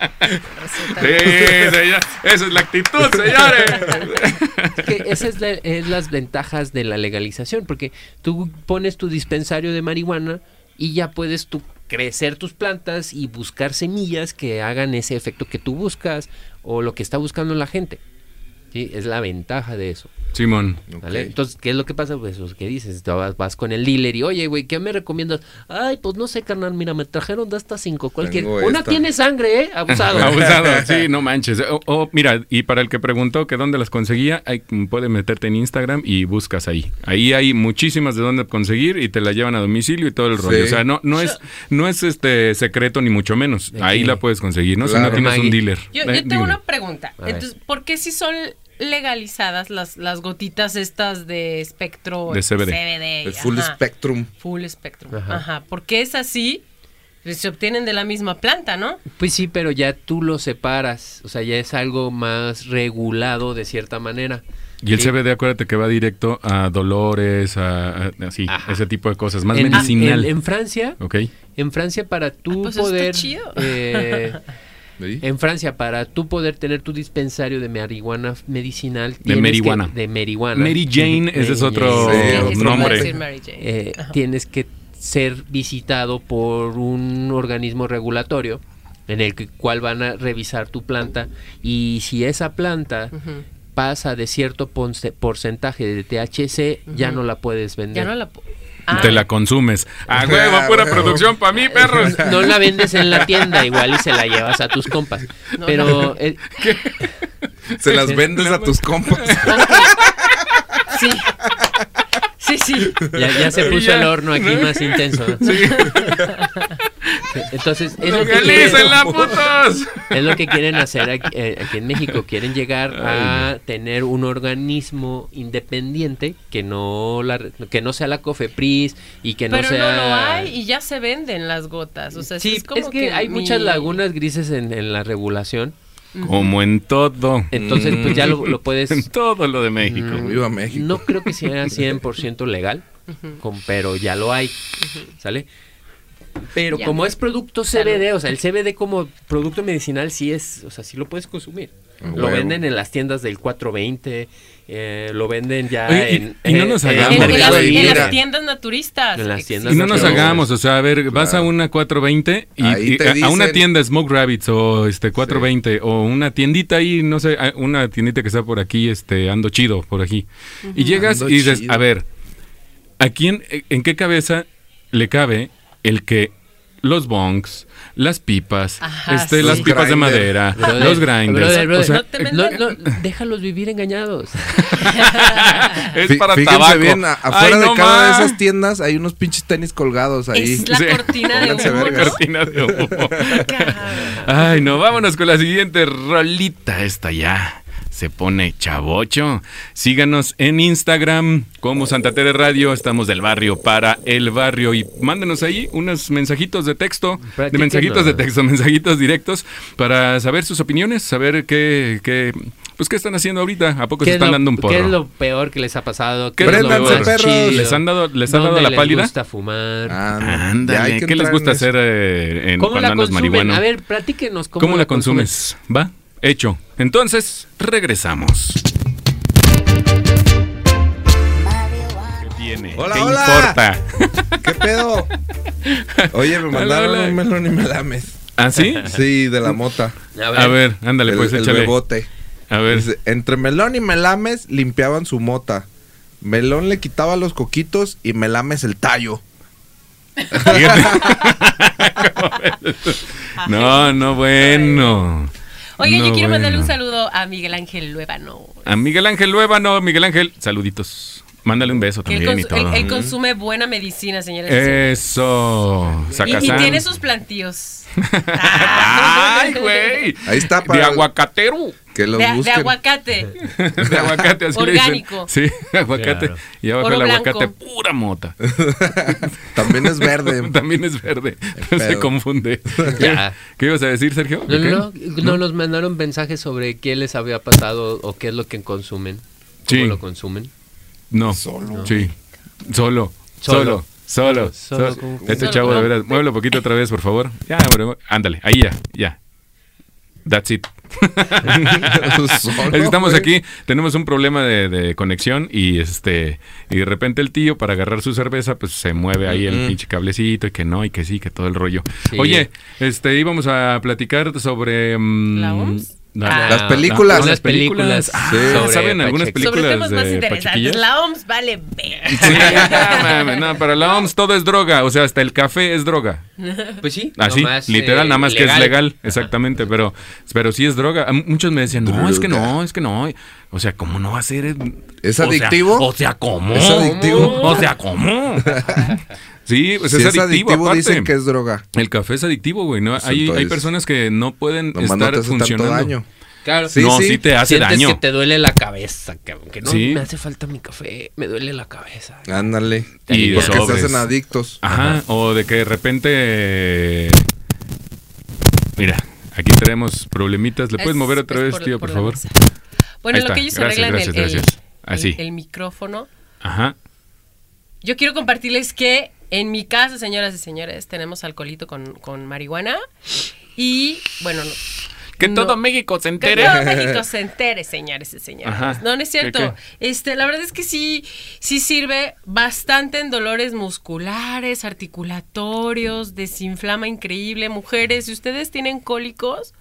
Speaker 2: Sí, señor. Esa es la actitud, señores.
Speaker 3: que esa es, la- es las ventajas de la legalización, porque tú pones tu dispensario de marihuana y ya puedes tú crecer tus plantas y buscar semillas que hagan ese efecto que tú buscas o lo que está buscando la gente. ¿Sí? Es la ventaja de eso.
Speaker 2: Simón.
Speaker 3: ¿vale?
Speaker 5: Ok.
Speaker 3: Entonces, ¿qué es lo que pasa? Pues lo que dices, tú vas, vas con el dealer y, oye, güey, ¿qué me recomiendas? Ay, pues no sé, carnal, mira, me trajeron de estas cinco. Cualquier.
Speaker 5: Tengo
Speaker 3: Una
Speaker 5: esta.
Speaker 3: tiene sangre, ¿eh? Abusado.
Speaker 2: Abusado, sí, no manches. O, o, mira, y para el que preguntó que dónde las conseguía, hay, puede meterte en Instagram y buscas ahí. Ahí hay muchísimas de dónde conseguir y te la llevan a domicilio y todo el rollo.
Speaker 5: Sí.
Speaker 2: O sea, no, no es, no es este secreto ni mucho menos. Ahí la puedes conseguir, ¿no? Si
Speaker 5: Claro.
Speaker 2: no tienes un
Speaker 3: Maggie.
Speaker 2: dealer.
Speaker 4: Yo,
Speaker 2: Eh,
Speaker 4: yo
Speaker 2: dime.
Speaker 4: tengo una pregunta.
Speaker 3: A ver.
Speaker 4: Entonces, ¿por qué si son legalizadas las, las gotitas estas de espectro
Speaker 2: De CBD.
Speaker 5: El full
Speaker 4: ajá,
Speaker 5: spectrum.
Speaker 4: Full espectro.
Speaker 3: Ajá.
Speaker 4: Ajá. ¿Por qué es así? Pues, Se obtienen de la misma planta, ¿no?
Speaker 3: Pues sí, pero ya tú lo separas, o sea, ya es algo más regulado de cierta manera.
Speaker 2: Y el
Speaker 3: Sí.
Speaker 2: CBD, acuérdate que va directo a dolores, a, a- así,
Speaker 3: Ajá.
Speaker 2: ese tipo de cosas, más
Speaker 3: En-
Speaker 2: medicinal.
Speaker 3: En, en Francia,
Speaker 2: ok.
Speaker 3: en Francia para tú
Speaker 4: Ah, pues está
Speaker 3: poder
Speaker 4: chido.
Speaker 3: eh,
Speaker 2: ¿Sí?
Speaker 3: En Francia, para tú poder tener tu dispensario de marihuana medicinal.
Speaker 2: De
Speaker 3: tienes
Speaker 2: marihuana.
Speaker 3: que- de marihuana.
Speaker 2: Mary Jane, ese es
Speaker 3: Jane.
Speaker 2: otro
Speaker 5: Sí,
Speaker 4: es como decir
Speaker 2: nombre.
Speaker 4: Mary Jane.
Speaker 3: Eh, tienes que ser visitado por un organismo regulatorio en el que- cual van a revisar tu planta y si esa planta
Speaker 4: Ujú.
Speaker 3: pasa de cierto ponce- porcentaje de THC ya no la puedes vender.
Speaker 4: Ya no la. pu- Ah,
Speaker 2: Te la consumes. A huevo,
Speaker 5: Ah,
Speaker 2: pura
Speaker 5: huevo.
Speaker 2: producción para mí, perros.
Speaker 3: No la vendes en la tienda igual y se la llevas a tus compas.
Speaker 4: No,
Speaker 3: Pero
Speaker 4: no.
Speaker 3: eh,
Speaker 5: Se las vendes a tus compas.
Speaker 4: Sí. Sí, sí.
Speaker 3: ya, ya se puso
Speaker 2: Ya,
Speaker 3: el horno aquí
Speaker 2: ¿no?
Speaker 3: más intenso.
Speaker 2: Sí.
Speaker 3: Entonces, es lo que quieren-
Speaker 2: ¡Legalícenla, putos!
Speaker 3: Es lo que quieren hacer aquí, eh, aquí en México. Quieren llegar a tener un organismo independiente que no la, re- que no sea la COFEPRIS y que no
Speaker 4: Pero
Speaker 3: sea.
Speaker 4: no lo hay y ya se venden las gotas. O sea,
Speaker 3: sí,
Speaker 4: es, como
Speaker 3: que, hay
Speaker 4: mi-
Speaker 3: muchas lagunas grises en, en la regulación.
Speaker 2: Como en todo.
Speaker 3: Entonces, pues ya lo, lo
Speaker 2: Mm. En
Speaker 3: puedes.
Speaker 2: todo lo de México.
Speaker 3: Mm,
Speaker 5: Viva México.
Speaker 3: No creo que sea 100% legal, con- pero ya lo hay. ¿Sale? Pero
Speaker 4: Ya.
Speaker 3: como es producto CBD, o sea, el CBD como producto medicinal sí es, o sea, sí lo puedes consumir.
Speaker 5: A
Speaker 3: Lo
Speaker 5: huevo.
Speaker 3: venden en las tiendas del 420, eh, lo venden ya
Speaker 2: Oye, y-
Speaker 3: en...
Speaker 2: y no
Speaker 3: eh,
Speaker 2: nos
Speaker 3: eh,
Speaker 2: hagamos,
Speaker 4: En, en las,
Speaker 5: Güey,
Speaker 4: en las
Speaker 5: mira.
Speaker 4: tiendas naturistas.
Speaker 3: En las
Speaker 4: Existe.
Speaker 3: tiendas
Speaker 2: Y no nos
Speaker 3: Pero-
Speaker 2: hagamos, o sea, a ver, vas a
Speaker 5: Claro.
Speaker 2: una 420 y,
Speaker 5: Ahí
Speaker 2: y
Speaker 5: te
Speaker 2: a- a, una
Speaker 5: dicen-
Speaker 2: tienda Smoke Rabbits o este 420 o una tiendita ahí, no sé, a- una tiendita que está por aquí, este Ando Chido, por aquí. Y llegas
Speaker 5: Ando
Speaker 2: y dices,
Speaker 5: Chido.
Speaker 2: a ver, ¿a quién en qué cabeza le cabe el que los bongs, las pipas,
Speaker 4: Ajá,
Speaker 2: este
Speaker 4: sí.
Speaker 2: las
Speaker 5: Los
Speaker 2: pipas de
Speaker 5: grinder.
Speaker 2: madera,
Speaker 3: Brother,
Speaker 2: los grinders,
Speaker 3: brother, brother,
Speaker 2: o sea,
Speaker 4: No te
Speaker 2: eh,
Speaker 4: metas-
Speaker 3: no, no, déjalos vivir engañados.
Speaker 2: es
Speaker 5: Fí-
Speaker 2: para
Speaker 5: Fíjense
Speaker 2: tabaco.
Speaker 5: bien, a- afuera
Speaker 2: Ay,
Speaker 5: de
Speaker 2: no
Speaker 5: cada una de
Speaker 2: más.
Speaker 5: esas tiendas hay unos pinches tenis colgados ahí.
Speaker 4: Es la
Speaker 2: Sí.
Speaker 4: cortina de
Speaker 5: Pónganse
Speaker 4: humo,
Speaker 5: vergas.
Speaker 4: ¿no?
Speaker 2: Cortina de humo.
Speaker 4: Cabrón.
Speaker 2: Ay, no, vámonos con la siguiente rolita. Esta ya se pone chavocho. Síganos en Instagram como Santa Tere Radio. Estamos del barrio para el barrio. Y mándenos ahí unos mensajitos de texto. De
Speaker 3: Practiquen,
Speaker 2: mensajitos de
Speaker 3: ah.
Speaker 2: texto, mensajitos directos para saber sus opiniones, saber qué, qué, pues, qué están haciendo ahorita. ¿A poco se
Speaker 3: ¿Qué es
Speaker 2: Pues están
Speaker 3: lo-
Speaker 2: dando un porro?
Speaker 3: ¿Qué es lo peor que les ha pasado?
Speaker 2: ¿Qué
Speaker 3: ¿Qué es lo
Speaker 5: Préndanse,
Speaker 3: más
Speaker 5: perros.
Speaker 3: chido?
Speaker 2: ¿Les han dado, les han dado
Speaker 3: ¿Dónde
Speaker 2: la
Speaker 3: les
Speaker 2: pálida?
Speaker 3: gusta fumar?
Speaker 5: Ah, no. Ya hay
Speaker 2: Ándale,
Speaker 5: que
Speaker 2: ¿qué les
Speaker 5: entrar
Speaker 2: gusta
Speaker 5: en
Speaker 2: hacer eh, en
Speaker 3: ¿Cómo
Speaker 2: cuando
Speaker 3: la
Speaker 2: andas
Speaker 3: consumen?
Speaker 2: marihuano?
Speaker 3: A ver, platíquenos. ¿Cómo,
Speaker 2: ¿Cómo, la consumes? ¿Va? Hecho. Entonces, regresamos. ¿Qué tiene?
Speaker 5: Hola,
Speaker 2: ¿Qué
Speaker 5: hola.
Speaker 2: importa?
Speaker 5: eso. ¿Qué pedo? Oye, me mandaron
Speaker 2: hola.
Speaker 5: un melón y me lames.
Speaker 2: ¿Ah, sí?
Speaker 5: Sí, de la mota.
Speaker 3: A ver,
Speaker 2: A ver, ándale,
Speaker 5: el,
Speaker 2: pues
Speaker 5: el
Speaker 2: échale.
Speaker 5: bebote.
Speaker 2: A ver.
Speaker 5: Dice, entre Melón y Melames limpiaban su mota. Melón le quitaba los coquitos y Melames el tallo.
Speaker 2: no, no, bueno.
Speaker 4: Oye,
Speaker 2: No,
Speaker 4: yo quiero mandarle
Speaker 2: bueno.
Speaker 4: un saludo a Miguel Ángel Luevano.
Speaker 2: A Miguel Ángel Luevano, Miguel Ángel, saluditos. Mándale un beso
Speaker 4: Que él,
Speaker 2: también y
Speaker 4: cons- él-
Speaker 2: todo.
Speaker 4: él consume buena medicina, señores.
Speaker 2: Eh, Eso.
Speaker 4: y, y
Speaker 2: Sacazán.
Speaker 4: tiene sus Ah, plantíos.
Speaker 2: Ay, güey.
Speaker 5: Ahí está
Speaker 2: De
Speaker 5: para-
Speaker 2: aguacatero.
Speaker 5: Que los
Speaker 4: De, de
Speaker 5: busquen.
Speaker 4: aguacate.
Speaker 2: de aguacate así le
Speaker 4: Orgánico.
Speaker 2: dicen. Sí, aguacate.
Speaker 3: Claro.
Speaker 2: Y abajo
Speaker 4: Oro
Speaker 2: el aguacate,
Speaker 4: blanco.
Speaker 2: pura mota.
Speaker 5: También es verde.
Speaker 2: También es verde. No se
Speaker 5: pedo.
Speaker 2: confunde.
Speaker 3: Ya.
Speaker 2: ¿Qué ibas a decir, Sergio?
Speaker 3: No,
Speaker 2: ¿De qué?
Speaker 3: no, no, no, nos mandaron mensajes sobre qué les había pasado o qué es lo que consumen. ¿Cómo
Speaker 2: Sí.
Speaker 3: lo consumen?
Speaker 2: No. Solo. Sí. Solo. Solo.
Speaker 3: Solo.
Speaker 2: Solo.
Speaker 3: Solo,
Speaker 2: Solo.
Speaker 3: como-
Speaker 2: Este
Speaker 4: Solo,
Speaker 2: chavo, de
Speaker 4: ¿no?
Speaker 2: veras. Muévelo poquito otra vez, por favor. Ya, bueno, ándale. Ahí ya. Ya. That's it.
Speaker 5: Solo,
Speaker 2: Es que estamos
Speaker 5: güey.
Speaker 2: aquí, tenemos un problema de, de conexión y este y de repente el tío para agarrar su cerveza pues se mueve ahí el pinche cablecito y que no y que sí, que todo el rollo.
Speaker 3: Sí.
Speaker 2: Oye, este íbamos a platicar sobre mm,
Speaker 4: ¿La OMS?
Speaker 2: la-
Speaker 5: Ah, Las películas.
Speaker 2: la-
Speaker 3: Las películas.
Speaker 2: Ah,
Speaker 5: Sí.
Speaker 3: sobre
Speaker 2: ¿Saben algunas
Speaker 3: Pacheco.
Speaker 4: Sobre
Speaker 2: películas
Speaker 4: temas más
Speaker 2: de
Speaker 4: interesantes.
Speaker 2: pachiquillas?
Speaker 4: La OMS vale ver.
Speaker 2: Sí, no, mames, no, para la OMS todo es droga, o sea, hasta el café es droga.
Speaker 3: Pues sí.
Speaker 2: Así,
Speaker 3: nomás,
Speaker 2: Ah, literal,
Speaker 3: eh,
Speaker 2: nada más que es legal, exactamente, pero, pero sí es droga. A mu- Muchos me decían, no, es que no, es que no. O sea, ¿cómo no va a ser?
Speaker 5: ¿Es
Speaker 2: O sea,
Speaker 5: adictivo?
Speaker 2: O sea, ¿cómo?
Speaker 5: ¿Es adictivo?
Speaker 2: O sea, ¿cómo? sí, pues
Speaker 5: Si
Speaker 2: es, adictivo, aparte.
Speaker 5: dicen que es droga.
Speaker 2: El café es adictivo, güey. ¿no?
Speaker 5: Pues
Speaker 2: hay, hay
Speaker 5: entonces,
Speaker 2: personas que no pueden
Speaker 5: Nomás no
Speaker 2: estar
Speaker 5: te hace tanto
Speaker 2: funcionando.
Speaker 5: daño.
Speaker 3: Claro.
Speaker 5: Sí,
Speaker 2: no,
Speaker 5: sí.
Speaker 2: sí te hace
Speaker 3: Sientes
Speaker 2: daño.
Speaker 3: que te duele la cabeza, cabrón. Que no
Speaker 2: Sí. Ah,
Speaker 3: me hace falta mi café. Me duele la cabeza.
Speaker 5: Ándale.
Speaker 2: Y
Speaker 5: Y
Speaker 2: de
Speaker 5: los que se
Speaker 2: sobres.
Speaker 5: hacen adictos.
Speaker 2: Ajá, o de que de repente... Mira, aquí tenemos problemitas. ¿Le puedes
Speaker 4: Es-
Speaker 2: mover otra
Speaker 4: es
Speaker 2: vez,
Speaker 4: por-
Speaker 2: tío, por
Speaker 4: por la
Speaker 2: favor?
Speaker 4: mesa. Bueno,
Speaker 2: Ahí
Speaker 4: lo
Speaker 2: está.
Speaker 4: que ellos
Speaker 2: Gracias,
Speaker 4: arreglan el-
Speaker 2: gracias,
Speaker 4: el,
Speaker 2: gracias. Así.
Speaker 4: el- el micrófono.
Speaker 2: Ajá.
Speaker 4: Yo quiero compartirles que en mi casa, señoras y señores, tenemos alcoholito con, con marihuana. Y bueno, no-
Speaker 2: Que todo
Speaker 4: No.
Speaker 2: México se
Speaker 4: Que
Speaker 2: entere.
Speaker 4: todo México se entere, señores y señores.
Speaker 2: Ajá.
Speaker 4: No, no es
Speaker 2: ¿Qué,
Speaker 4: cierto. Este, la verdad es que sí, sí sirve bastante en dolores musculares, articulatorios, desinflama increíble. Mujeres, si ustedes tienen cólicos,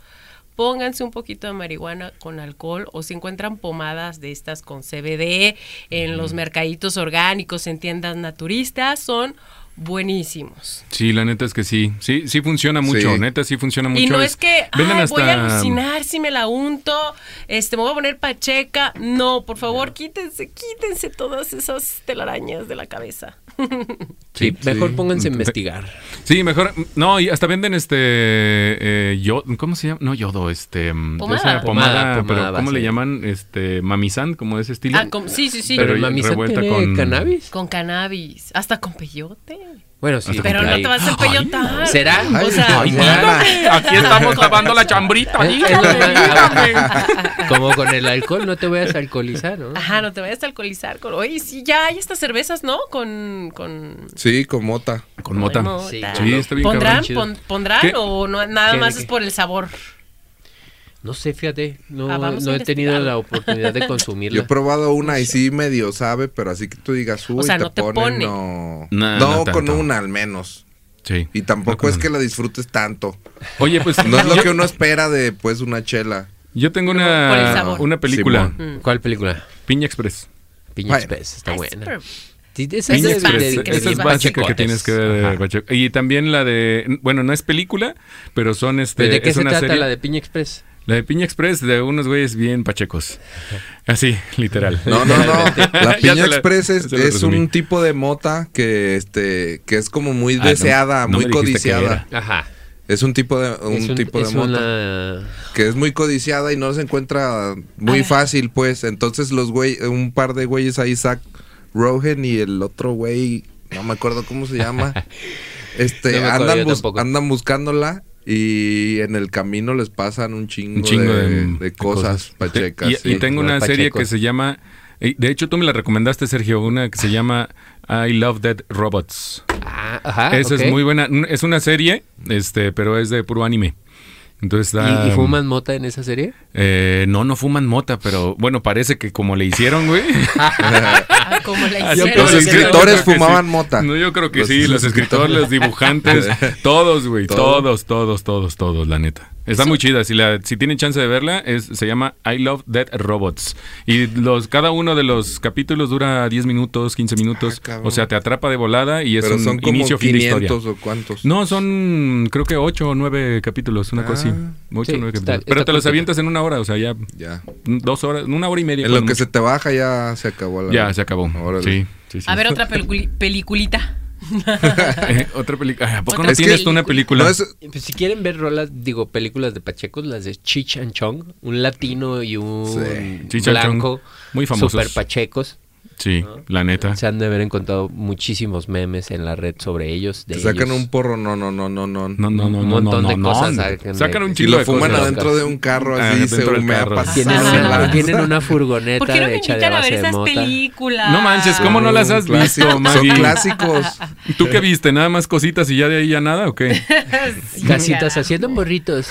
Speaker 4: pónganse un poquito de marihuana con alcohol o si encuentran pomadas de estas con CBD en los mercaditos orgánicos, en tiendas naturistas, son buenísimos.
Speaker 2: Sí, la neta es que sí. Sí, sí funciona mucho.
Speaker 5: Sí.
Speaker 2: Neta, sí funciona mucho.
Speaker 4: Y no es que
Speaker 2: venden
Speaker 4: "Ay,
Speaker 2: hasta-
Speaker 4: voy a alucinar si me la unto, este, me voy a poner pacheca. No, por favor, quítense, quítense todas esas telarañas de la cabeza.
Speaker 3: Sí, mejor
Speaker 5: Sí.
Speaker 3: pónganse a investigar.
Speaker 2: Sí, mejor. No, y hasta venden este. eh, yo, ¿Cómo se llama? No, yodo, este. mm,
Speaker 4: Pomada.
Speaker 2: esa pomada,
Speaker 3: Pomada,
Speaker 2: pero
Speaker 3: pomada
Speaker 2: ¿cómo le
Speaker 3: base.
Speaker 2: llaman? Este. Mamizán, como ese estilo.
Speaker 4: Ah, con- sí, sí, sí.
Speaker 2: Pero
Speaker 3: Pero el
Speaker 2: ya
Speaker 3: mamizán
Speaker 2: revuelta
Speaker 3: tiene
Speaker 2: con-
Speaker 3: cannabis.
Speaker 4: con cannabis, hasta con peyote.
Speaker 3: Bueno, sí.
Speaker 2: Hasta
Speaker 4: Pero no
Speaker 3: ahí.
Speaker 4: te vas a peyotar.
Speaker 3: ¿Será?
Speaker 5: Ay,
Speaker 4: o sea,
Speaker 5: ay,
Speaker 4: no,
Speaker 5: mana.
Speaker 2: Aquí estamos lavando la chambrita,
Speaker 3: Es- Eh, es
Speaker 2: dígame,
Speaker 3: lo que-
Speaker 2: dígame.
Speaker 3: Como con el alcohol, no te vayas a alcoholizar, ¿no?
Speaker 4: Ajá, no te vayas a alcoholizar. Con, oye, sí, ya hay estas cervezas, ¿no? Con. con
Speaker 5: Sí, con mota.
Speaker 2: Con mota.
Speaker 4: con
Speaker 3: Sí,
Speaker 4: mota.
Speaker 2: Sí, está bien
Speaker 4: ¿Pondrán,
Speaker 2: cabrón.
Speaker 3: chido.
Speaker 4: pon- ¿pondrán
Speaker 2: ¿Qué?
Speaker 4: o no, nada
Speaker 3: ¿Qué,
Speaker 4: más
Speaker 3: qué?
Speaker 4: es por el sabor?
Speaker 3: No sé, fíjate. No,
Speaker 4: Ah, vamos a
Speaker 3: no he tenido
Speaker 4: investigar.
Speaker 3: la oportunidad de
Speaker 5: Yo
Speaker 3: consumirla.
Speaker 5: he probado una y sí medio sabe, pero así que tú digas, uy,
Speaker 4: sea,
Speaker 5: te,
Speaker 4: no te
Speaker 5: ponen,
Speaker 4: pone.
Speaker 5: no.
Speaker 2: No,
Speaker 5: No,
Speaker 2: no
Speaker 5: con
Speaker 2: tanto.
Speaker 5: una al menos.
Speaker 2: Sí.
Speaker 5: Y tampoco
Speaker 2: No,
Speaker 5: es
Speaker 2: con-
Speaker 5: que la disfrutes tanto.
Speaker 2: Oye, pues.
Speaker 5: No es lo
Speaker 2: yo-
Speaker 5: que uno espera de pues una chela.
Speaker 2: Yo tengo
Speaker 4: Por el
Speaker 2: una,
Speaker 4: sabor.
Speaker 2: una película,
Speaker 5: Simón.
Speaker 3: Mm. ¿Cuál película?
Speaker 2: Piña Express.
Speaker 3: Piña
Speaker 5: Bueno.
Speaker 3: Express, está
Speaker 4: Ay,
Speaker 3: buena.
Speaker 4: súper-
Speaker 3: Sí, esa
Speaker 2: Piña
Speaker 3: es de-
Speaker 2: Express.
Speaker 3: de- de
Speaker 2: Esa es
Speaker 3: bien
Speaker 2: básica que
Speaker 3: pachecotes.
Speaker 2: tienes que ver.
Speaker 3: Ajá.
Speaker 2: Pacheco. Y también la de. Bueno, no es película, pero son este.
Speaker 3: ¿De qué
Speaker 2: es
Speaker 3: se
Speaker 2: una
Speaker 3: trata
Speaker 2: serie-
Speaker 3: la de Piña Express?
Speaker 2: La de Piña Express de unos güeyes bien pachecos. Así, literal.
Speaker 5: No, no, no. La
Speaker 2: Ya se
Speaker 5: piña
Speaker 2: la-
Speaker 5: express es,
Speaker 2: se la
Speaker 5: es
Speaker 2: resumí.
Speaker 5: un tipo de mota que este que es como muy
Speaker 2: Ah, no-
Speaker 5: deseada,
Speaker 2: no me
Speaker 5: muy
Speaker 2: dijiste qué
Speaker 5: codiciada.
Speaker 2: era.
Speaker 3: Ajá.
Speaker 5: Es un tipo de un,
Speaker 3: es un,
Speaker 5: tipo
Speaker 3: es
Speaker 5: de mota
Speaker 3: una-
Speaker 5: que es muy codiciada y no se encuentra muy
Speaker 4: Ah.
Speaker 5: fácil, pues. Entonces los güey, un par de güeyes ahí, Zach Rogen y el otro güey, no me acuerdo cómo se llama,
Speaker 3: No
Speaker 5: este
Speaker 3: me acuerdo
Speaker 5: andan
Speaker 3: yo
Speaker 5: bus-
Speaker 3: tampoco.
Speaker 5: andan buscándola y en el camino les pasan un chingo,
Speaker 2: Un chingo
Speaker 5: de,
Speaker 2: de-
Speaker 5: de cosas
Speaker 3: de
Speaker 5: pachecas.
Speaker 2: Y, y
Speaker 5: sí.
Speaker 2: tengo
Speaker 3: Los
Speaker 2: una serie
Speaker 3: pachecos.
Speaker 2: que se llama. y De hecho, tú me la recomendaste, Sergio, una que se llama I Love Dead Robots.
Speaker 3: Ah, ajá,
Speaker 2: Esa
Speaker 3: ok.
Speaker 2: es muy buena. n- Es una serie, este, pero es de puro anime. Entonces está-
Speaker 3: ¿Y, y fuman mota en esa serie?
Speaker 2: Eh, no, no fuman mota, pero bueno, parece que como le hicieron, güey.
Speaker 4: Ah, como la
Speaker 2: Así como le
Speaker 4: hicieron.
Speaker 5: Los
Speaker 4: ¿no?
Speaker 2: hicieron,
Speaker 5: escritores
Speaker 2: yo creo que
Speaker 5: fumaban
Speaker 2: sí.
Speaker 5: mota.
Speaker 2: No, yo creo que
Speaker 5: Los
Speaker 2: sí, los escritores, los dibujantes, todos, güey,
Speaker 5: Todo.
Speaker 2: todos, todos, todos, todos, la neta. Está muy chida, si la si tienen chance de verla, es, se llama I Love Dead Robots. Y los cada uno de los capítulos dura 10 minutos, 15 minutos,
Speaker 5: Ah, cabrón.
Speaker 2: o sea, te atrapa de volada y es
Speaker 5: Pero
Speaker 2: un
Speaker 5: son como
Speaker 2: inicio fin de historia.
Speaker 5: 500 o cuántos.
Speaker 2: No, son creo que 8 o 9 capítulos, una cosa
Speaker 5: Ah.
Speaker 2: así. 8 o
Speaker 3: Sí,
Speaker 2: 9
Speaker 3: está-
Speaker 2: capítulos. Pero
Speaker 3: está
Speaker 2: te los
Speaker 3: cortita.
Speaker 2: avientas en una hora, o sea, ya
Speaker 5: Ya.
Speaker 2: dos horas, una hora y media.
Speaker 5: En lo
Speaker 2: cuando
Speaker 5: que se te baja ya se acabó la.
Speaker 2: mucho. Ya se acabó.
Speaker 5: Órale.
Speaker 2: Sí, sí, sí.
Speaker 4: A ver, otra peliculi- peliculita.
Speaker 2: Eh, otra película. ¿A poco
Speaker 4: Otra
Speaker 2: no
Speaker 5: Es que-
Speaker 2: tienes tú una película?
Speaker 5: No es-
Speaker 3: Pues si quieren ver rolas, digo, películas de Pachecos, las de Chich and Chong, un latino y un
Speaker 2: Chich and
Speaker 3: blanco,
Speaker 2: Chong, muy famosos.
Speaker 3: super Pachecos.
Speaker 2: Sí,
Speaker 3: Ah.
Speaker 2: la neta.
Speaker 3: Se han de haber encontrado muchísimos memes en la red sobre ellos. De
Speaker 5: te sacan
Speaker 3: ellos.
Speaker 5: un porro, no, no, no, no, no.
Speaker 2: No, no, no,
Speaker 3: Un
Speaker 2: no, no,
Speaker 3: montón
Speaker 2: no,
Speaker 3: de cosas
Speaker 2: no.
Speaker 3: sacan
Speaker 2: Sacan
Speaker 3: de-
Speaker 2: un
Speaker 5: Y
Speaker 2: chilo
Speaker 5: lo
Speaker 2: de
Speaker 5: fuman
Speaker 2: cosas.
Speaker 5: adentro de un carro
Speaker 2: Ah,
Speaker 5: así,
Speaker 2: dentro
Speaker 5: se
Speaker 2: del
Speaker 5: humea
Speaker 2: carro.
Speaker 5: pasado.
Speaker 3: Tienen,
Speaker 4: Ah.
Speaker 3: una, tienen una
Speaker 4: ¿Por
Speaker 3: furgoneta
Speaker 4: qué no me
Speaker 3: hecha de
Speaker 4: invitan a ver
Speaker 3: base de
Speaker 4: esas
Speaker 3: mota.
Speaker 4: películas?
Speaker 2: No manches, ¿cómo no las has
Speaker 5: Un clásico,
Speaker 2: visto, Maggie?
Speaker 5: Son clásicos.
Speaker 2: ¿Tú qué viste? ¿Nada más cositas y ya de ahí ya nada o qué?
Speaker 4: Sí,
Speaker 3: Casitas
Speaker 4: carajo.
Speaker 3: haciendo morritos.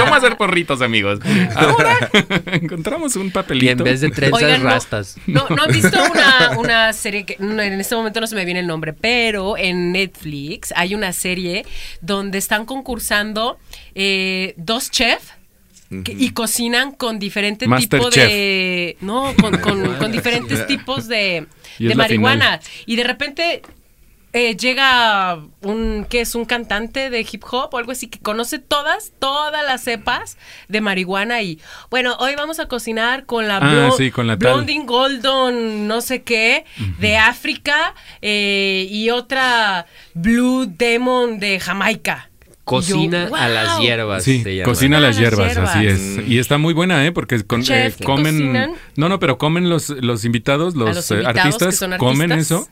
Speaker 2: ¿Cómo hacer porritos, amigos? Ahora encontramos un papelito.
Speaker 3: y en vez de trenzas,
Speaker 4: Oigan, no,
Speaker 3: rastas.
Speaker 4: No, no han visto una, una serie que no, en este momento no se me viene el nombre, pero en Netflix hay una serie donde están concursando eh, dos chefs. que- y cocinan con diferentes
Speaker 2: Master
Speaker 4: tipos
Speaker 2: Chef.
Speaker 4: de. No, con, con- con diferentes tipos de,
Speaker 2: Y
Speaker 4: de
Speaker 2: es la
Speaker 4: marihuana. Y de repente eh, llega un que es un cantante de hip hop o algo así que conoce todas todas las cepas de marihuana y bueno hoy vamos a cocinar con la,
Speaker 2: Ah, sí, con la tal.
Speaker 4: blonding golden no sé qué de África eh, y otra blue demon de Jamaica
Speaker 3: Cocina
Speaker 4: Y yo,
Speaker 3: a las
Speaker 4: ¡guau!
Speaker 3: hierbas. Mm.
Speaker 2: Sí,
Speaker 3: se llama.
Speaker 2: cocina las
Speaker 4: Ah, las
Speaker 2: hierbas,
Speaker 4: hierbas.
Speaker 2: así es. Y está muy buena, ¿eh? Porque con-
Speaker 4: Chef,
Speaker 2: eh,
Speaker 4: ¿qué
Speaker 2: comen...
Speaker 4: cocinan?
Speaker 2: No, no, pero comen los, los invitados, los,
Speaker 4: los
Speaker 2: eh,
Speaker 4: invitados
Speaker 2: artistas,
Speaker 4: que son
Speaker 2: comen
Speaker 4: artistas.
Speaker 2: eso.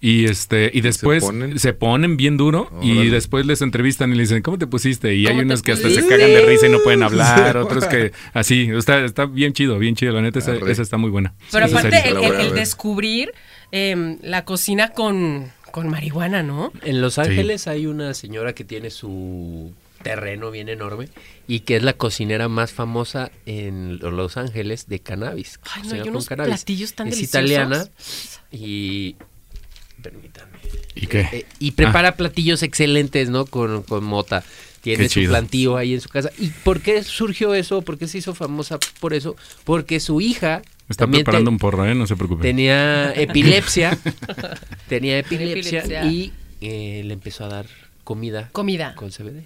Speaker 2: Y este y después se ponen,
Speaker 5: ponen?
Speaker 2: bien duro y
Speaker 5: Órale.
Speaker 2: después les entrevistan y le dicen, ¿cómo te pusiste? Y hay
Speaker 4: ¿Cómo te
Speaker 2: unos que hasta se
Speaker 4: pusiste?
Speaker 2: cagan de risa y no pueden hablar, otros que así. Está, está bien chido, bien chido. La neta, esa,
Speaker 5: Arre.
Speaker 2: esa está muy buena.
Speaker 4: pero
Speaker 2: Esa
Speaker 4: aparte
Speaker 2: serie.
Speaker 4: el,
Speaker 5: La voy
Speaker 4: el-
Speaker 5: a
Speaker 4: el
Speaker 5: ver.
Speaker 4: descubrir em, la cocina con con marihuana no
Speaker 3: En Los Ángeles hay una señora que tiene su terreno bien enorme y que es la cocinera más famosa en Los Ángeles de cannabis.
Speaker 4: Ay, no,
Speaker 3: Cocina
Speaker 4: hay
Speaker 3: con
Speaker 4: unos platillos tan
Speaker 3: Es
Speaker 4: deliciosos.
Speaker 3: italiana y... Permítame.
Speaker 2: ¿Y qué?
Speaker 3: Eh, y prepara
Speaker 2: Ah.
Speaker 3: platillos excelentes, ¿no? Con, con mota.
Speaker 2: Qué
Speaker 3: Tiene su
Speaker 2: chido.
Speaker 3: plantío ahí en su casa. ¿Y por qué surgió eso? ¿Por qué se hizo famosa por eso? Porque su hija
Speaker 2: Está
Speaker 3: también te-
Speaker 2: preparando un porro, ¿eh? No se preocupe.
Speaker 3: tenía epilepsia. tenía
Speaker 4: Epilepsia.
Speaker 3: epilepsia y eh, le empezó a dar comida
Speaker 4: Comida.
Speaker 3: con CBD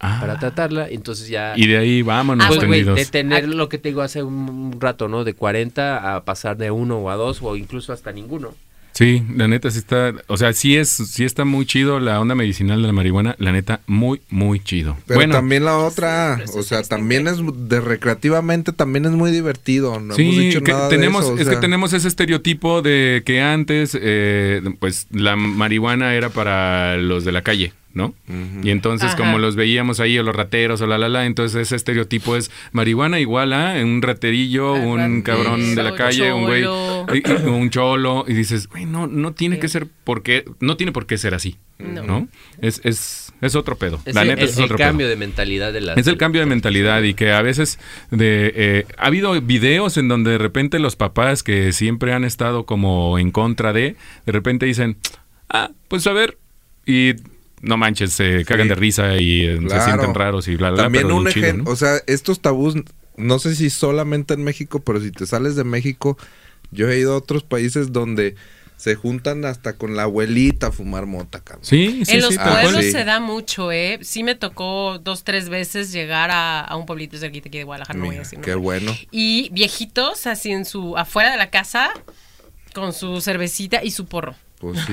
Speaker 2: Ah.
Speaker 3: para tratarla. Entonces ya...
Speaker 2: Y de ahí vámonos
Speaker 4: Ah,
Speaker 3: Pues, güey,
Speaker 2: tendidos.
Speaker 3: de tener lo que te digo hace un rato, ¿no? De 40 a pasar de uno o a dos o incluso hasta ninguno.
Speaker 2: Sí, la neta sí está, o sea, sí es, sí está muy chido la onda medicinal de la marihuana, la neta, muy, muy chido.
Speaker 5: Pero
Speaker 2: bueno,
Speaker 5: también la otra, o sea, también es de recreativamente también es muy divertido. No hemos dicho
Speaker 2: que
Speaker 5: nada de
Speaker 2: tenemos,
Speaker 5: eso, o
Speaker 2: es que
Speaker 5: sea.
Speaker 2: tenemos ese estereotipo de que antes, eh, pues la marihuana era para los de la calle, ¿no? Y entonces
Speaker 4: Ajá.
Speaker 2: como los veíamos ahí o los rateros o la la la, entonces ese estereotipo es marihuana igual a un raterillo,
Speaker 4: Al
Speaker 2: un
Speaker 4: ratero,
Speaker 2: cabrón de la calle, un güey,
Speaker 4: cholo.
Speaker 2: y- y- un cholo y dices, güey, no, no tiene que ser porque, no tiene por qué ser así, ¿no?
Speaker 4: No.
Speaker 2: Es, es, es otro pedo.
Speaker 3: Es
Speaker 2: la
Speaker 3: el,
Speaker 2: neta
Speaker 3: el-
Speaker 2: es
Speaker 3: el
Speaker 2: otro pedo.
Speaker 3: cambio de mentalidad de la
Speaker 2: Es el cambio de mentalidad y que a veces de, eh, ha habido videos en donde de repente los papás que siempre han estado como en contra de, de repente dicen, ah, pues a ver, y no manches, se cagan de risa y eh, se
Speaker 5: Claro.
Speaker 2: sienten raros y bla, bla, bla,
Speaker 5: También
Speaker 2: pero
Speaker 5: un
Speaker 2: bien chido,
Speaker 5: ejemplo,
Speaker 2: ¿no?
Speaker 5: o sea, estos tabús, no sé si solamente en México, pero si te sales de México, yo he ido a otros países donde se juntan hasta con la abuelita a fumar mota, cabrón.
Speaker 2: Sí, sí,
Speaker 4: en
Speaker 2: sí,
Speaker 4: los
Speaker 5: tal cual.
Speaker 4: pueblos
Speaker 5: Sí.
Speaker 4: se da mucho, ¿eh? Sí me tocó dos, tres veces llegar a, a un pueblito cerquita aquí de Guadalajara, Ah, no voy a
Speaker 5: Mira,
Speaker 4: decir
Speaker 5: qué
Speaker 4: nombres.
Speaker 5: bueno.
Speaker 4: Y viejitos, así en su, afuera de la casa, con su cervecita y su porro.
Speaker 5: Pues sí,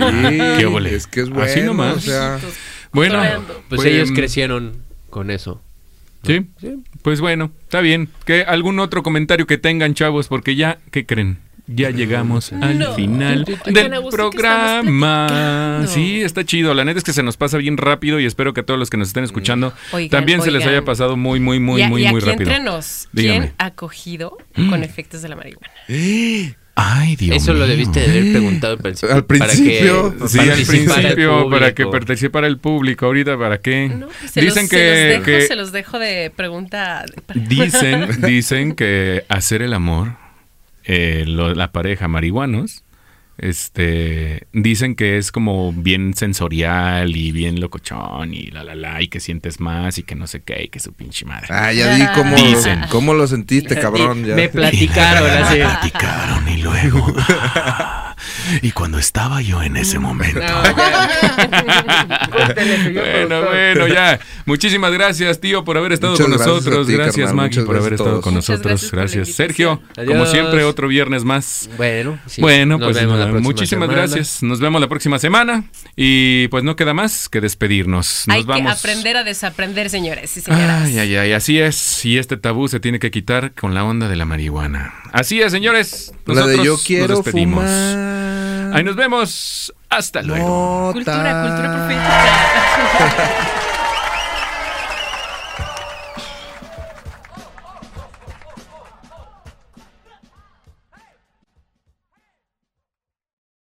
Speaker 2: óvole.
Speaker 5: es que es
Speaker 2: Así
Speaker 5: bueno,
Speaker 2: nomás.
Speaker 5: o sea,
Speaker 4: Viejitos.
Speaker 2: Bueno,
Speaker 4: Cotorreando.
Speaker 3: Pues ellos
Speaker 2: em,
Speaker 5: mm,
Speaker 3: crecieron con eso.
Speaker 2: Sí, sí, pues bueno, está bien. ¿Qué, ¿Algún otro comentario que tengan, chavos? Porque ya, ¿qué creen? Ya llegamos al
Speaker 4: No.
Speaker 2: final
Speaker 4: Oigan,
Speaker 2: del
Speaker 4: a gusto que
Speaker 2: programa.
Speaker 4: estamos platicando.
Speaker 2: Sí, está chido. La neta es que se nos pasa bien rápido y espero que a todos los que nos estén escuchando
Speaker 4: Oigan,
Speaker 2: también se les
Speaker 4: oigan.
Speaker 2: haya pasado muy, muy, muy,
Speaker 4: y, a-
Speaker 2: muy,
Speaker 4: y aquí
Speaker 2: muy rápido.
Speaker 4: entre nos,
Speaker 2: Dígame. Mm.
Speaker 4: ¿quién ha cogido con efectos de la marihuana?
Speaker 2: Ay, Dios
Speaker 3: Eso lo
Speaker 2: mío.
Speaker 3: debiste de haber preguntado al principio.
Speaker 5: Al
Speaker 3: para que
Speaker 5: principio,
Speaker 2: Sí, al
Speaker 3: participara el
Speaker 2: principio, para que
Speaker 3: público.
Speaker 2: participara el público. Ahorita, ¿para qué?
Speaker 4: No, pues se los, se los dejo, se los dejo de pregunta.
Speaker 2: Dicen, dicen que hacer el amor, eh, lo- la pareja marihuanos, este, dicen que es como bien sensorial y bien locochón y la la la y que sientes más y que no sé qué y que su pinche madre.
Speaker 5: ah, ya di cómo,
Speaker 2: Dicen.
Speaker 5: lo, cómo lo sentiste, cabrón.
Speaker 3: Sí,
Speaker 5: ya.
Speaker 3: Me platicaron así.
Speaker 2: platicaron y luego y cuando estaba yo en ese momento. bueno, bueno, ya. Muchísimas gracias, tío, por haber estado
Speaker 5: Muchas
Speaker 2: con
Speaker 5: gracias a
Speaker 2: nosotros.
Speaker 5: ti,
Speaker 2: gracias,
Speaker 5: carnal.
Speaker 2: Maggie,
Speaker 5: Muchas
Speaker 2: por haber
Speaker 5: gracias a
Speaker 2: estado
Speaker 5: todos.
Speaker 2: con
Speaker 4: Muchas
Speaker 2: nosotros.
Speaker 4: gracias por la
Speaker 2: Gracias, Sergio.
Speaker 3: invitación.
Speaker 2: Como
Speaker 3: Adiós.
Speaker 2: siempre, otro viernes más.
Speaker 3: Bueno, sí.
Speaker 2: bueno,
Speaker 3: Nos
Speaker 2: pues
Speaker 3: vemos la
Speaker 2: nada,
Speaker 3: próxima
Speaker 2: muchísimas
Speaker 3: semana.
Speaker 2: gracias. Nos vemos la próxima semana y pues no queda más que despedirnos. Nos
Speaker 4: Hay que
Speaker 2: vamos.
Speaker 4: aprender a desaprender, señores y señoras.
Speaker 2: Ay, ay, ay, así es. Y este tabú se tiene que quitar con la onda de la marihuana. Así es, señores.
Speaker 5: La
Speaker 2: Nosotros
Speaker 5: de yo
Speaker 2: nos
Speaker 5: quiero
Speaker 2: despedimos.
Speaker 5: fumar.
Speaker 2: Ahí nos vemos. Hasta luego.
Speaker 5: Mota.
Speaker 4: Cultura, cultura profética.